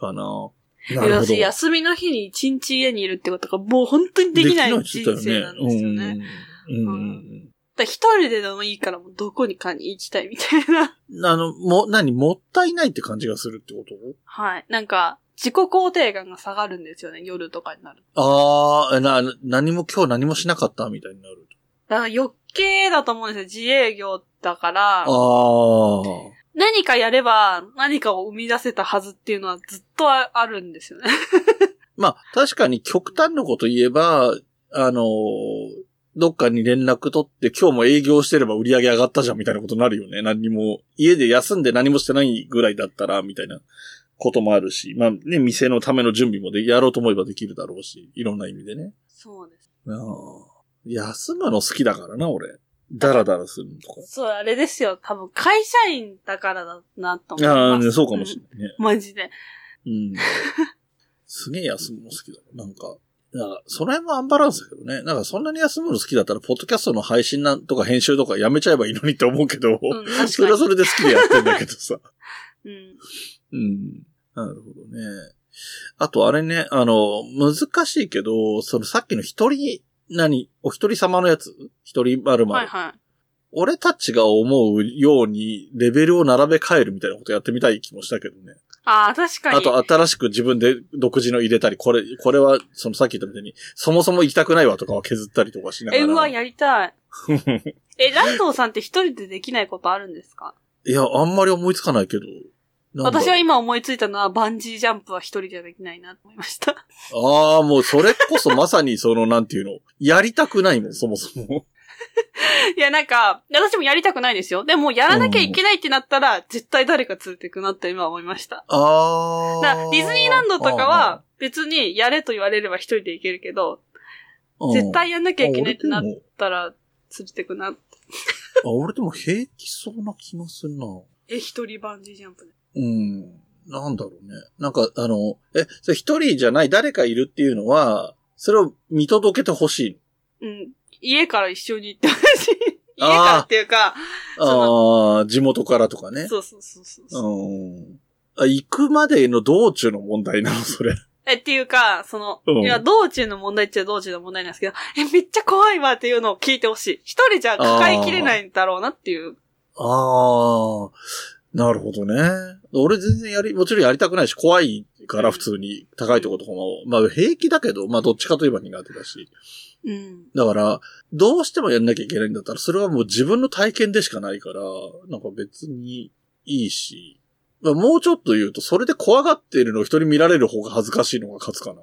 A: かな。なるほど。
B: 私、休みの日に一日家にいるってことが、もう本当にできない人
A: でき
B: 生なんですよね。だか
A: うん。うん
B: うんら一人ででもいいから、もうどこにかに行きたいみたいな。
A: あの、も、何、もったいないって感じがするってこと
B: はい。なんか、自己肯定感が下がるんですよね、夜とかになると。
A: ああ、な、何も今日何もしなかったみたいになる。
B: だから余計だと思うんですよ、自営業だから
A: あ。あ。
B: 何かやれば、何かを生み出せたはずっていうのはずっとああるんですよね。
A: まあ、確かに極端なこと言えば、あのーどっかに連絡取って今日も営業してれば売り上げ上がったじゃんみたいなことになるよね。何にも、家で休んで何もしてないぐらいだったら、みたいなこともあるし、まあね、店のための準備もで、やろうと思えばできるだろうし、いろんな意味でね。
B: そうです。
A: ああ休むの好きだからな、俺。ダラダラするのとか。
B: そう、あれですよ。多分、会社員だからだなと思い
A: あ
B: ま
A: あー、
B: す。
A: そうかもしれないね。
B: うんマジで。
A: うん。すげえ休むの好きだな。なんか、なんか、その辺もアンバランスだけどね。なんか、そんなに休むの好きだったら、ポッドキャストの配信なんとか編集とかやめちゃえばいいのにって思うけど、
B: うん、確かに。
A: それはそれで好きでやってんだけどさ。
B: うん。
A: うん。なるほどね。あと、あれね、あの、難しいけど、そのさっきの一人、何お一人様のやつ一人丸々、
B: はいはい。
A: 俺たちが思うようにレベルを並べ替えるみたいなことやってみたい気もしたけどね。
B: ああ、確かに。
A: あと、新しく自分で独自の入れたり、これ、これは、そのさっき言ったみたいに、そもそも行きたくないわとかは削ったりとかしなが
B: え、
A: ら。
B: うわ、やり たい。え、ライトさんって一人でできないことあるんですか
A: いや、あんまり思いつかないけど。なんだろう
B: 私は今思いついたのは、バンジージャンプは一人じゃできないなと思いました。
A: ああ、もうそれこそまさにその、なんていうの、やりたくないもん、そもそ も。
B: いや、なんか、私もやりたくないですよ。でも、やらなきゃいけないってなったら、絶対誰か連れてくなって今思いました。
A: あ
B: だか
A: あ。
B: らディズニーランドとかは、別にやれと言われれば一人で行けるけど、
A: あー、
B: 絶対
A: や
B: やんなきゃいけないってなっ
A: あ俺でも
B: たら、連れてくな。
A: あ俺でも平気そうな気がするな。
B: え、一人バンジージャンプで。
A: うん。なんだろうね。なんか、あの、え、それ一人じゃない誰かいるっていうのは、それを見届けてほしい。
B: うん。家から一緒に行ってほしい。家からっていうか、
A: ああ、地元からとかね。
B: そうそうそうそうそう。
A: うん。あ、行くまでの道中の問題なの、 それ。
B: え、っていうか、その、
A: うん
B: いや、道中の問題っちゃ道中の問題なんですけど、え、めっちゃ怖いわっていうのを聞いてほしい。一人じゃ抱えきれないんだろうなっていう。
A: ああ、なるほどね。俺全然やり、もちろんやりたくないし、怖いから普通に高いとことかも、まあ平気だけど、まあどっちかといえば苦手だし。
B: うん。
A: だから、どうしてもやんなきゃいけないんだったら、それはもう自分の体験でしかないから、なんか別にいいし。まあもうちょっと言うと、それで怖がっているのを人に見られる方が恥ずかしいのが勝つかな。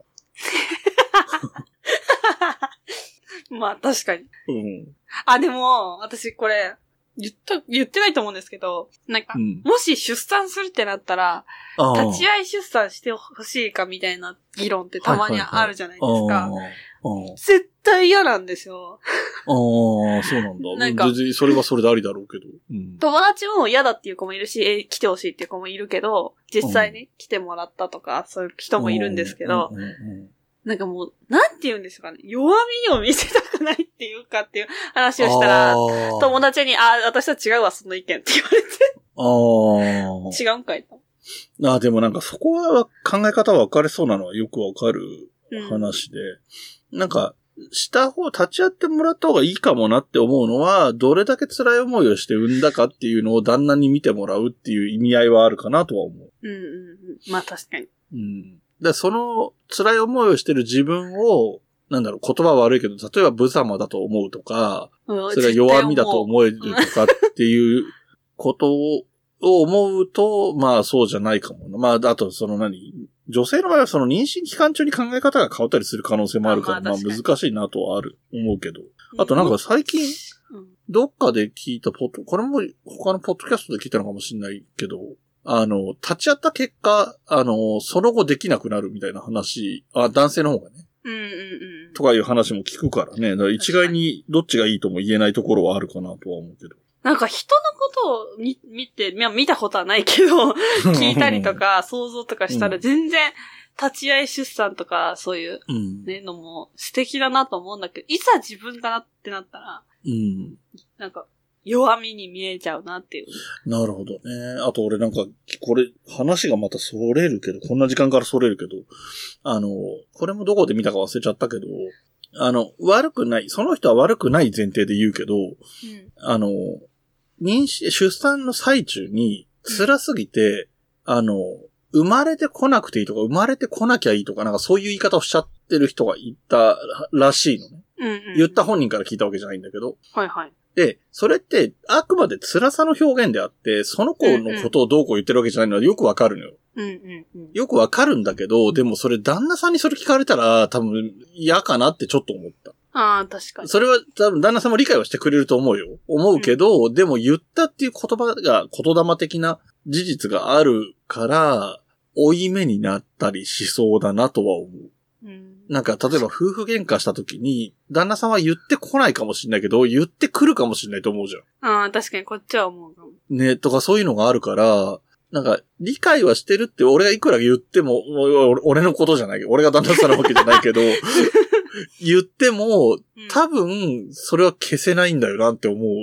B: まあ、確かに。
A: うん。
B: あ、でも、私これ、言った、言ってないと思うんですけど、なんか
A: う、ん。
B: もし出産するってなったら、
A: あー
B: 立ち会い出産してほしいかみたいな議論ってたまにあるじゃないですか。
A: あーあー
B: 絶対嫌なんですよ。
A: ああ、そうなん だ。
B: なんか
A: 全然それはそれでありだろうけど。うん。
B: 友達も嫌だっていう子もいるし、えー来てほしいっていう子もいるけど、実際に来てもらったとか、そういう人もいるんですけど、
A: うんうんうん
B: なんかもう、なんて言うんですかね、弱みを見せたくないっていうかっていう話をしたら、
A: あー
B: 友達に、あー、私と違うわ、その意見って言わ
A: あ
B: れて、違うんかいと。
A: あ。ああ、でもなんかそこは考え方分かれそうなのはよくわかる
B: うん
A: 話で、なんか、した方、立ち会ってもらった方がいいかもなって思うのは、どれだけ辛い思いをして産んだかっていうのを旦那に見てもらうっていう意味合いはあるかなとは思う。
B: うんうんうん。まあ確かに。
A: うん。で、その辛い思いをしてる自分を、なんだろう、言葉は悪いけど、例えば無様だと思うとか、
B: うん
A: それは弱みだと思えるとかっていうことを思うと、まあそうじゃないかもな。まあ、あとその何女性の場合はその妊娠期間中に考え方が変わったりする可能性もあるから、
B: あ
A: ま
B: ま
A: あ
B: あ確かに
A: 難しいなとはある、思うけど。
B: 絶対思う
A: あとなんか最近、
B: うん
A: どっかで聞いたポッド、これも他のポッドキャストで聞いたのかもしれないけど、あの、立ち会った結果、あの、その後できなくなるみたいな話、あ、男性の方がね、
B: うんうんうん。
A: とかいう話も聞くからね、だから一概にどっちがいいとも言えないところはあるかなとは思うけど。
B: なんか人のことを見見て、いや見たことはないけど、聞いたりと。か想像とかした
A: う
B: ら全然立ち会い出産とかそういう
A: うん。
B: ね、のも素敵だなと思うんだけど、いざ自分がなってなったら、
A: うん。
B: なんか弱みに見えちゃうなっていう。
A: なるほどね。あと俺なんか、これ、話がまたそれるけど、こんな時間からそれるけど、あの、これもどこで見たか忘れちゃったけど、あの、悪くない、その人は悪くない前提で言うけど、
B: うん。
A: あの、妊娠、出産の最中に辛すぎて、あの、生まれてこなくていいとか、生まれてこなきゃいいとか、なんかそういう言い方をしちゃってる人がいたらしいのね。
B: うん、うん。
A: 言った本人から聞いたわけじゃないんだけど。
B: はいはい。
A: で、それって、あくまで辛さの表現であって、その子のことをどうこう言ってるわけじゃないのはよくわかるのよ。
B: うんうんうん。
A: よくわかるんだけど、でもそれ旦那さんにそれ聞かれたら、多分嫌かなってちょっと思った。
B: ああ、確かに。
A: それは多分旦那さんも理解はしてくれると思うよ。思うけど、でも言ったっていう言葉が言霊的な事実があるから、追い目になったりしそうだなとは思う。
B: うん。
A: なんか、例えば夫婦喧嘩した時に、旦那さんは言ってこないかもしれないけど、言ってくるかもしれないと思うじゃん。
B: ああ、確かにこっちは思うかも。
A: ね、とかそういうのがあるから、なんか、理解はしてるって俺がいくら言っても、もう俺俺のことじゃない。俺が旦那さんなわけじゃないけど、言っても、
B: うん、
A: 多分、それは消せないんだよなって思うの。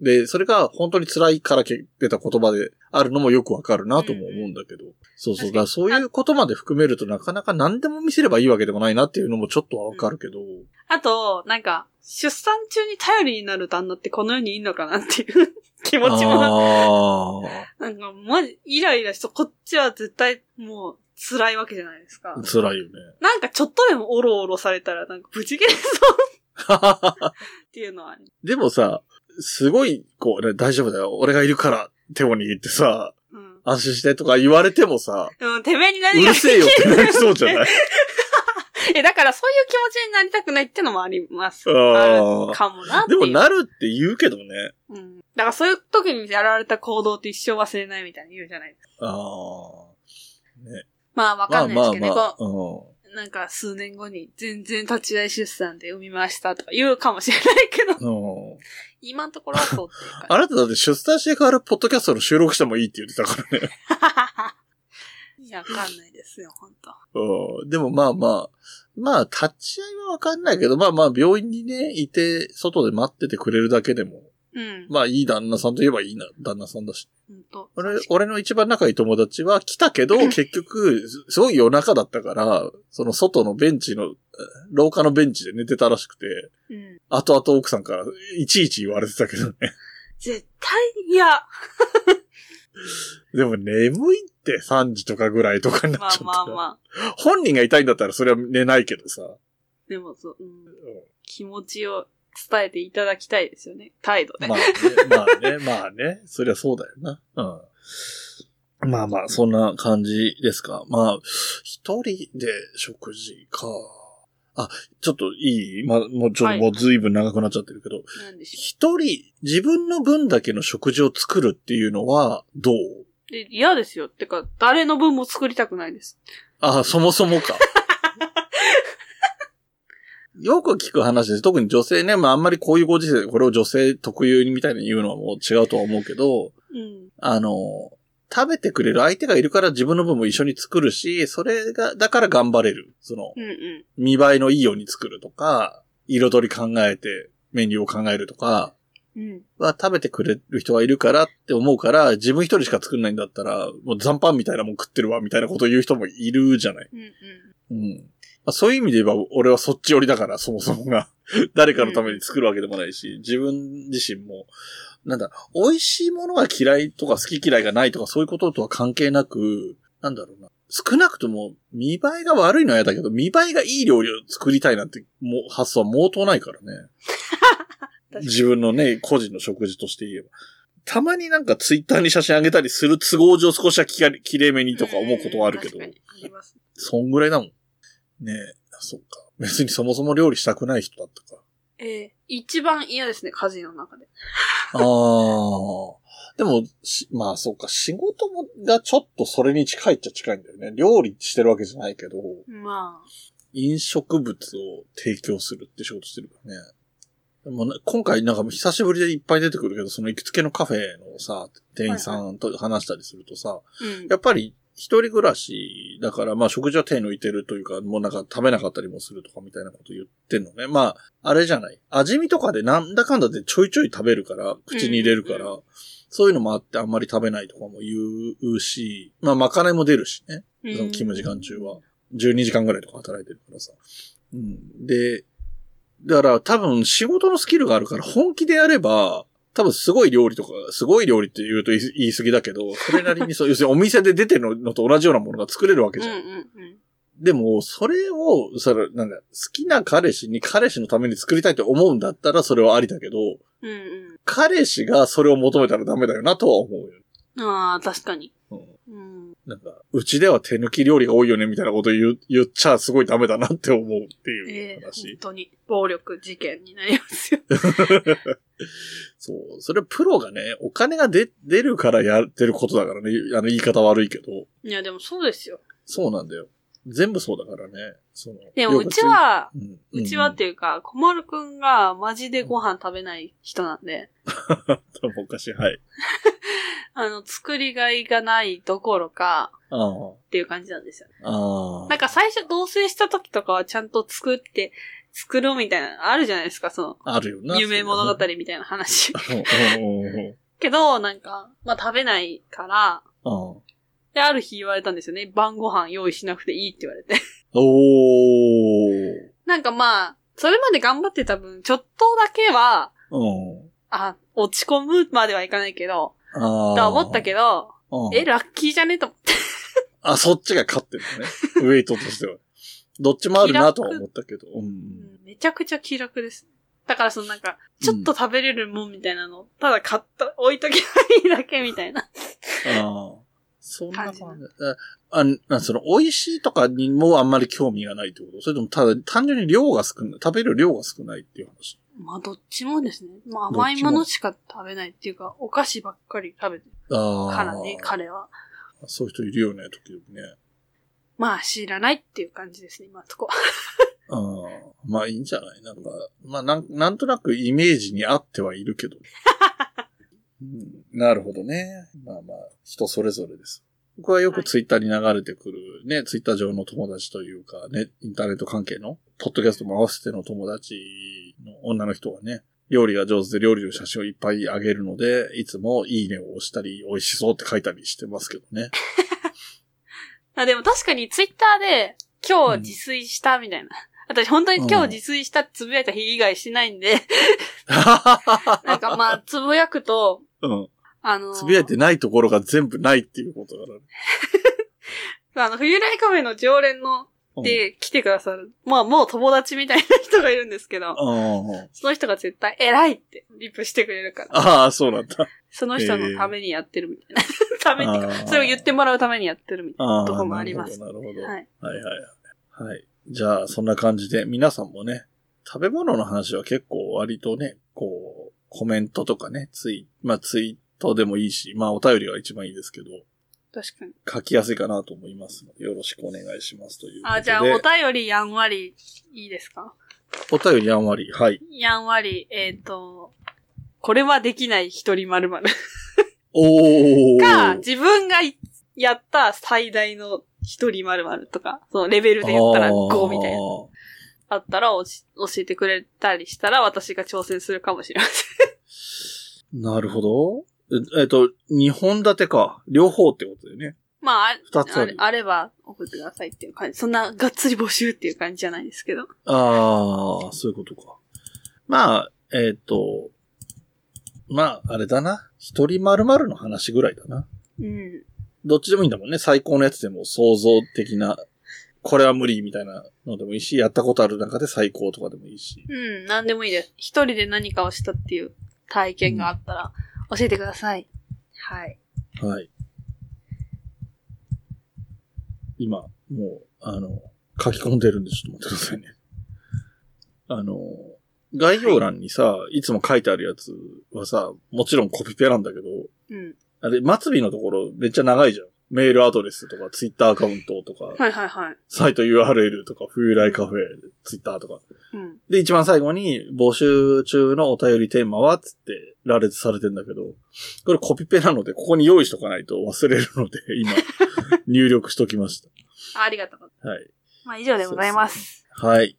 A: で、それが本当に辛いから出た言葉であるのもよくわかるなとも思うんだけど。そうそ
B: 確
A: う。だか
B: からに
A: そういうことまで含めるとなかなか何でも見せればいいわけでもないなっていうのもちょっとはわかるけど。
B: あと、なんか、出産中に頼りになる旦那ってこの世にいんのかなっていう 気持ちも、
A: あ
B: なんか、まじ、イライラして、こっちは絶対、もう、辛いわけじゃないですか
A: あ。。辛いよね。
B: なんか、ちょっとでもオロオロされたら、なんか、ぶち切れそう っていうのはある。
A: でもさ、すごい、こう、ね大丈夫だよ。俺がいるから、手を握ってさ、
B: うん。
A: 安心してとか言われても さ、
B: でも、てめえに
A: う
B: 何が
A: るせえよってなりそうじゃない
B: え、だから、そういう気持ちになりたくないって のもあります。
A: あー
B: あるかもなって
A: で
B: いう。
A: もなるって言うけどね。
B: うん。だから、そういう時にやられた行動って一生忘れないみたいに言うじゃないですか。
A: ああ。
B: まあ、わかんないですけどね。こう
A: うん
B: なんか数年後に全然立ち会い出産で産みましたとか言うかもしれないけ ど、
A: うん
B: 今のところはそうっていう
A: あなただって出産して変わるポッドキャストの収録してもいいって言ってたからね。
B: か。 いや、わかんないですよ、本当
A: うん、でもまあまあ、まあ立ち会いはわかんないけど、まあまあ病院にね、いて、外で待っててくれるだけでも、
B: うん。
A: まあいい旦那さんといえばいいな、旦那さんだし。
B: ほんと
A: 俺、俺の一番仲いい友達は来た けど、結局、すすごい夜中だったから、その外のベンチの、廊下のベンチで寝てたらしくて、
B: うん。
A: 後々奥さんからいちいち言われてたけどね。
B: 絶対 嫌。
A: でも眠いって3時とかぐらいとかにな
B: ま
A: っちゃっ
B: あ
A: た
B: まあ
A: ら。
B: まあ。
A: 本人が痛いんだったらそれは寝ないけどさ。
B: でもそう、うん、気持ちを伝えていただきたいですよね。態度で。
A: まあね、まあね、まあね。そりゃそうだよな。うん。まあまあ、そんな感じですか。まあ、一人で食事か。あ、ちょっといいまあ、もうちょっ
B: は
A: と
B: い
A: もう随分長くなっちゃってるけど、
B: なんでしょ
A: 一人、自分の分だけの食事を作るっていうのは、どう
B: う。で嫌ですよ。てか、誰の分も作りたくないです。
A: あ、そもそもか。よく聞く話です。特に女性ね、まああんまりこういうご時世でこれを女性特有にみたいに言うのはもう違うとは思うけど、
B: うん。
A: あの、食べてくれる相手がいるから自分の分も一緒に作るし、それが、だから頑張れる。その
B: う、んうん。
A: 見栄えのいいように作るとか、彩り考えて、メニューを考えるとか、
B: うん。
A: は食べてくれる人がいるからって思うから、自分一人しか作んないんだったら、もう残飯みたいなもん食ってるわ、みたいなこと言う人もいるじゃない。
B: うんうん。
A: うん。まあ、そういう意味で言えば、俺はそっち寄りだから、そもそもが。 誰かのために作るわけでもないし、自分自身も、なんだ、美味しいものが嫌いとか好き嫌いがないとかそういうこととは関係なく、なんだろうな。少なくとも、見栄えが悪いのは嫌だけど、見栄えがいい料理を作りたいなんて、もう、発想は毛頭ないから ね。
B: かに
A: 自分のね、個人の食事として言えば。たまになんかツイッターに写真あげたりする都合上少しはきれきれいめにとか思うことはあるけど。
B: うんうん確かにあります。
A: そんぐらいだもん。ねえ、そうか。別にそもそも料理したくない人だったか。
B: ええ一番嫌ですね、家事の中で。
A: ああ。でも、しまあそうか、仕事もがちょっとそれに近いっちゃ近いんだよね。料理してるわけじゃないけど、
B: まあ、
A: 飲食物を提供するって仕事してるからね。でもな今回なんか久しぶりでいっぱい出てくるけど、その行きつけのカフェのさ、店員さんと話したりするとさ、
B: うん
A: や。っぱり一人暮らしだから、まあ食事は手抜いてるというか、もうなんか食べなかったりもするとかみたいなこと言ってんのね。まあ、あれじゃない。味見とかでなんだかんだでちょいちょい食べるから、口に入れるから、
B: う
A: そういうのもあってあんまり食べないとかも言うし、まあまかないも出るしね。その勤務時間中は。12時間ぐらいとか働いてるからさ。うん。で、だから多分仕事のスキルがあるから本気でやれば、多分すごい料理とか、すごい料理って言うと言い言い過ぎだけど、それなりにそう、要するにお店で出てるのと同じようなものが作れるわけ
B: うん
A: じ
B: う
A: ゃん。
B: んうん。
A: でも、それを、それ、なんだ、好きな彼氏に彼氏のために作りたいと思うんだったらそれはありだけど、
B: うん
A: 彼氏がそれを求めたらダメだよなとは思うよ。
B: うん。ああ、確かに。
A: うん
B: うん。
A: なんか、うちでは手抜き料理が多いよね、みたいなこと言う言っちゃすごいダメだなって思うってい
B: え
A: う
B: え本
A: 話。
B: 当に暴力事件になりますよ。
A: そう。それはプロがね、お金が出、出るからやってることだからね、あの言い方悪いけど。
B: いや、でもそうですよ。
A: そうなんだよ。全部そうだからね。その
B: でもうち、は、
A: 要は
B: うちはっ、ていうか、小丸くんがマジでご飯食べない人なんで、
A: 多分おかしい。はい。
B: あの、作りがいがないどころか、
A: あ
B: っていう感じなんですよ。
A: あ。ああ。
B: なんか最初同棲した時とかはちゃんと作って、作ろうみたいなのあるじゃないですか、そ
A: あるよな。
B: の、夢 物語
A: そ
B: みたいな話。
A: ういうの。うんうんうん
B: けど、なんか、まあ食べないから、
A: うんうん
B: で、ある日言われたんですよね。晩ご飯用意しなくていいって言われて。
A: おー。
B: なんかまあ、それまで頑張ってた分、ちょっとだけは、
A: うん。
B: あ、落ち込むまではいかないけど、
A: ああ。
B: とは思ったけど、
A: ど
B: え、ラッキーじゃねと思って。
A: あ、そっちが勝ってるのね。ウェイトとしては。どっちもあるなとは思ったけど。うん。
B: めちゃくちゃ気楽です。だからそのなんか、ちょっと食べれるもんみたいなの、ただ買った、置いとけばいいだけみたいな。
A: ああ。そんな感じ
B: 感。
A: あ、あその、美味しいとかにもあんまり興味がないってことそれとも、ただ、単純に量が少ない、食べる量が少ないっていう話。
B: まあどっちもですね。まあ
A: どっちも
B: 甘いものしか食べないっていうか、お菓子ばっかり食べてる
A: ああ。
B: からね、彼は。
A: そういう人いるよね、時々ね。
B: まあ知らないっていう感じですね、今のとこ。
A: ああ。まあ、いいんじゃないなんか、まあ、なん、なんとなくイメージに合ってはいるけど。うん、なるほどね。まあまあ、人それぞれです。僕はよくツイッターに流れてくるね、ツイッター上の友達というか、ね、インターネット関係の、ポッドキャストも合わせての友達の女の人はね、料理が上手で料理の写真をいっぱいあげるので、いつもいいねを押したり、美味しそうって書いたりしてますけどね。
B: あでも確かにツイッターで、今日自炊したみたいな。私本当に今日自炊したってつぶやいた日以外してないん で、なんかまあ、つぶやくと、
A: うん。
B: あのー、
A: つぶやいてないところが全部ないっていうことだからね。
B: あの、冬来カフェの常連の、
A: うん
B: で、来てくださる。まあ、もう友達みたいな人がいるんですけど、
A: あ
B: その人が絶対偉いってリプしてくれるから、
A: ああ、そうなん だ。
B: その人のためにやってるみたいな。 ために
A: あー
B: それを言ってもらうためにやってるみたい
A: あ
B: な
A: ー
B: とこもあります。
A: なるほど、なるほど。は、
B: はいい。
A: はい、はい。はい。じゃあ、そんな感じで、皆さんもね、食べ物の話は結構割とね、こう、コメントとかね、ツイ、まあツイートでもいいし、まあお便りが一番いいですけど、
B: 確かに。
A: 書きやすいかなと思いますので、よろしくお願いしますということで。
B: あ、じゃあ、お便りやんわり、いいですか
A: お便りあんまり、はい。
B: やんわり、えっ、と、これはできない一人まるまる
A: おー。
B: か、自分がいやった最大の一人まるまるとか、そのレベルで言ったら5みたいな。
A: な。
B: あったらおし教えてくれたりしたら私が挑戦するかもしれ ません。
A: なるほど。ええっと、二本立てか。両方ってことだよね。
B: まあ、あ
A: 二つあ
B: あ
A: る
B: れ。あれば送ってくださいっていう感じ。そんながっつり募集っていう感じじゃないですけど。
A: ああ、そういうことか。まあ、えっ、と、まあ、あれだな。一人まるの話ぐらいだな。
B: うん。
A: どっちでもいいんだもんね。最高のやつでも想像的な、これは無理みたいなのでもいいし、やったことある中で最高とかでもいいし。
B: うん、なんでもいいです。一人で何かをしたっていう体験があったら教えてください。はい。
A: はい。今、もう、あの、書き込んでるんでちょっと待ってくださいね。あの、概要欄にさ、いつも書いてあるやつはさ、もちろんコピペなんだけど、
B: うん。
A: あれ、末尾のところめっちゃ長いじゃん。メールアドレスとか、ツイッターアカウントとか、
B: はいはいはい。
A: サイト URL とか、冬来カフェ、ツイッターとか。
B: うん。
A: で、一番最後に、募集中のお便りテーマはつって、羅列されてんだけど、これコピペなので、ここに用意しとかないと忘れる ので、今、入力しときまし
B: あありがとう。
A: た。はい。
B: まあ、以上でございます。
A: はい。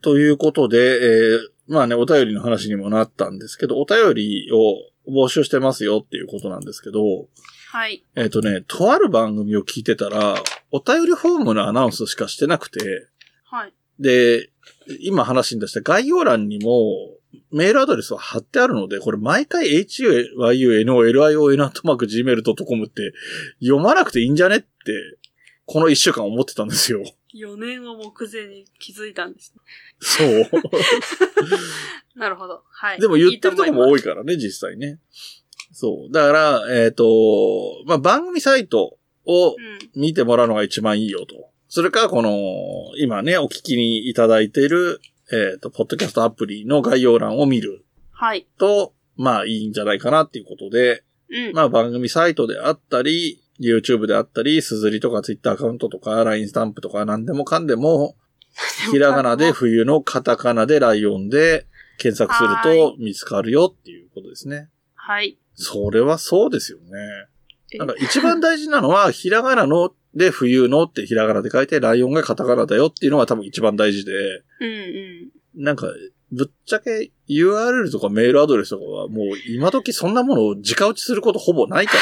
A: ということで、えーまあね、お便りの話にもなったんですけど、お便りを募集してますよっていうことなんですけど、
B: はい。
A: えっ、とね、とある番組を聞いてたら、お便りフォームのアナウンスしかしてなくて、
B: はい。
A: で、今話に出した概要欄にも、メールアドレスは貼ってあるので、これ毎回 huyunolion.gmail.com って読まなくていいんじゃねって、この一週間思ってたんですよ。
B: 4年を目前に気づいたんです、ね。
A: そう。
B: なるほど。はい。
A: でも言ってるとこも
B: い
A: 多いからね、実際ね。そう。だから、えっ、と、まあ、番組サイト
B: いと
A: を
B: 思います。
A: 見てもらうのが一番いいよと。それか、この、今ね、お聞きにいただいている、えっ、と、ポッドキャストアプリの概要欄を見る
B: うん。はい。
A: と、まあいいんじゃないかなっていうことで、
B: うん。
A: まあ番組サイトであったり、YouTube であったり、すずりとか Twitter アカウントとか、LINE スタンプとか何でもかんでも、ひらがなで冬のカタカナでライオンで検索する
B: は
A: と見つかるよっていうことですね。
B: はい。
A: それはそうですよね。
B: え
A: なんか一番大事なのは、 ひらがなので冬のってひらがなで書いて、ライオンがカタカナだよっていうのが多分一番大事で、
B: うんうん。
A: なんか、ぶっちゃけ URL とかメールアドレスとかはもう今時そんなものを直打ちすることほぼないか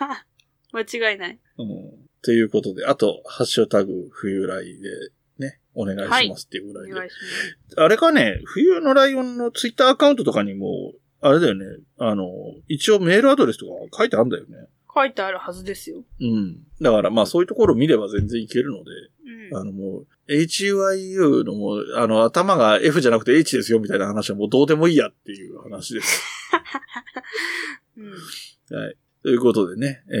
A: ら、
B: 間違いない。
A: うん。ということで、あと、ハッシュタグ冬来でね、お願いしますっていうぐ
B: お
A: らいで。
B: 願いします。
A: あれかね、冬のライオンのツイッターアカウントとかにも、あれだよね、あの、一応メールアドレスとか書いてあるんだよね。
B: 書いてあるはずですよ。
A: うん。だからまあそういうところを見れば全然いけるので、
B: うん。
A: あのもう、HYU のもう、あの頭が F じゃなくて H ですよみたいな話はもうどうでもいいやっていう話です。
B: うん
A: はい。ということでね、えー、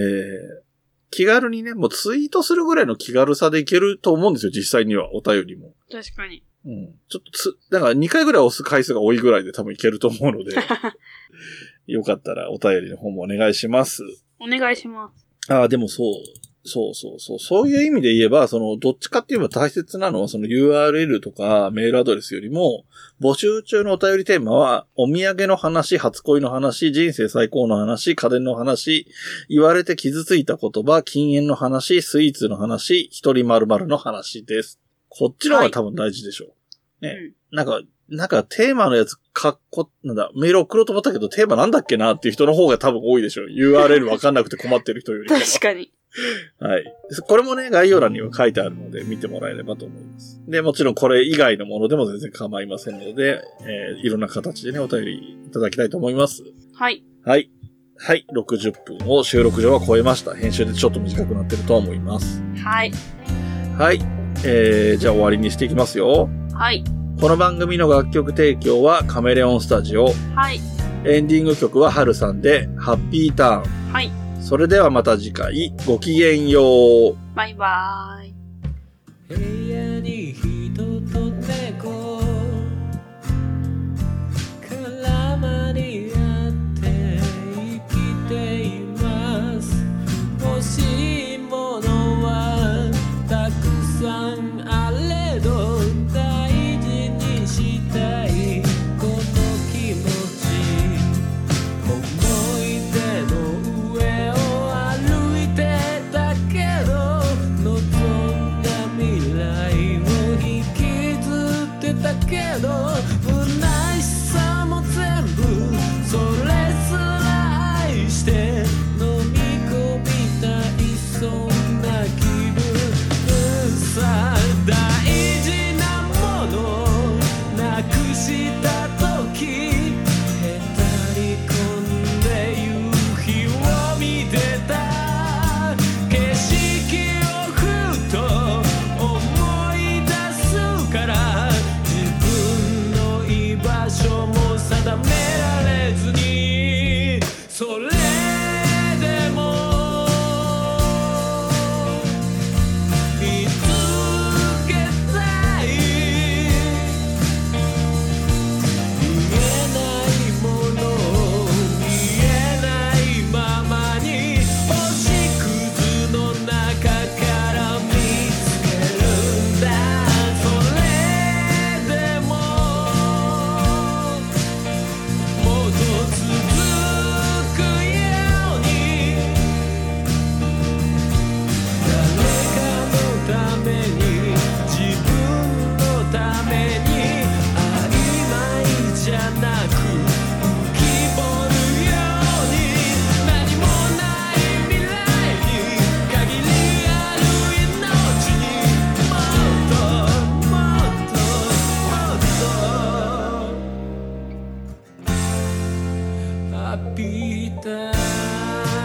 A: 気軽にね、もうツイートするぐらいの気軽さでいけると思うんですよ、実際には、お便りも。
B: 確かに。
A: うん。ちょっとつ、だから2回ぐらい押す回数が多いぐらいで多分いけると思うので、よかったらお便りの方もお願いします。
B: お願いします。
A: ああ、でもそう。そうそうそう。そういう意味で言えば、その、どっちかって言えば大切なのは、その URL とかメールアドレスよりも、募集中のお便りテーマは、お土産の話、初恋の話、人生最高の話、家電の話、言われて傷ついた言葉、禁煙の話、スイーツの話、一人〇〇の話です。こっちの方が多分大事でしょう。ね
B: うん
A: なんか、なんかテーマのやつ、かっこ、なんだ、メール送ろうと思ったけど、テーマなんだっけなっていう人の方が多分多いでしょう。URL わかんなくて困ってる人よりかは。
B: 確かに。
A: はい。これもね、概要欄には書いてあるので、見てもらえればと思います。で、もちろんこれ以外のものでも全然構いませんので、えーいろんな形でね、お便りいただきたいと思います。
B: はい。
A: はい。はい。60分を収録上は超えました。編集でちょっと短くなってるとは思います。
B: はい。
A: はい。えー、じゃあ終わりにしていきますよ。
B: はい。
A: この番組の楽曲提供はカメレオンスタジオ。
B: はい。
A: エンディング曲はハルさんで、ハッピーターン。
B: はい。
A: それではまた次回、ごきげんよう。
B: バイバーイ。
C: 部屋に人と猫絡まり合って生きています欲しいものはたくさんあれど大事にしたいこの気持ち「思い出の上を歩いてたけど」「望んだ未来を引きず habitar.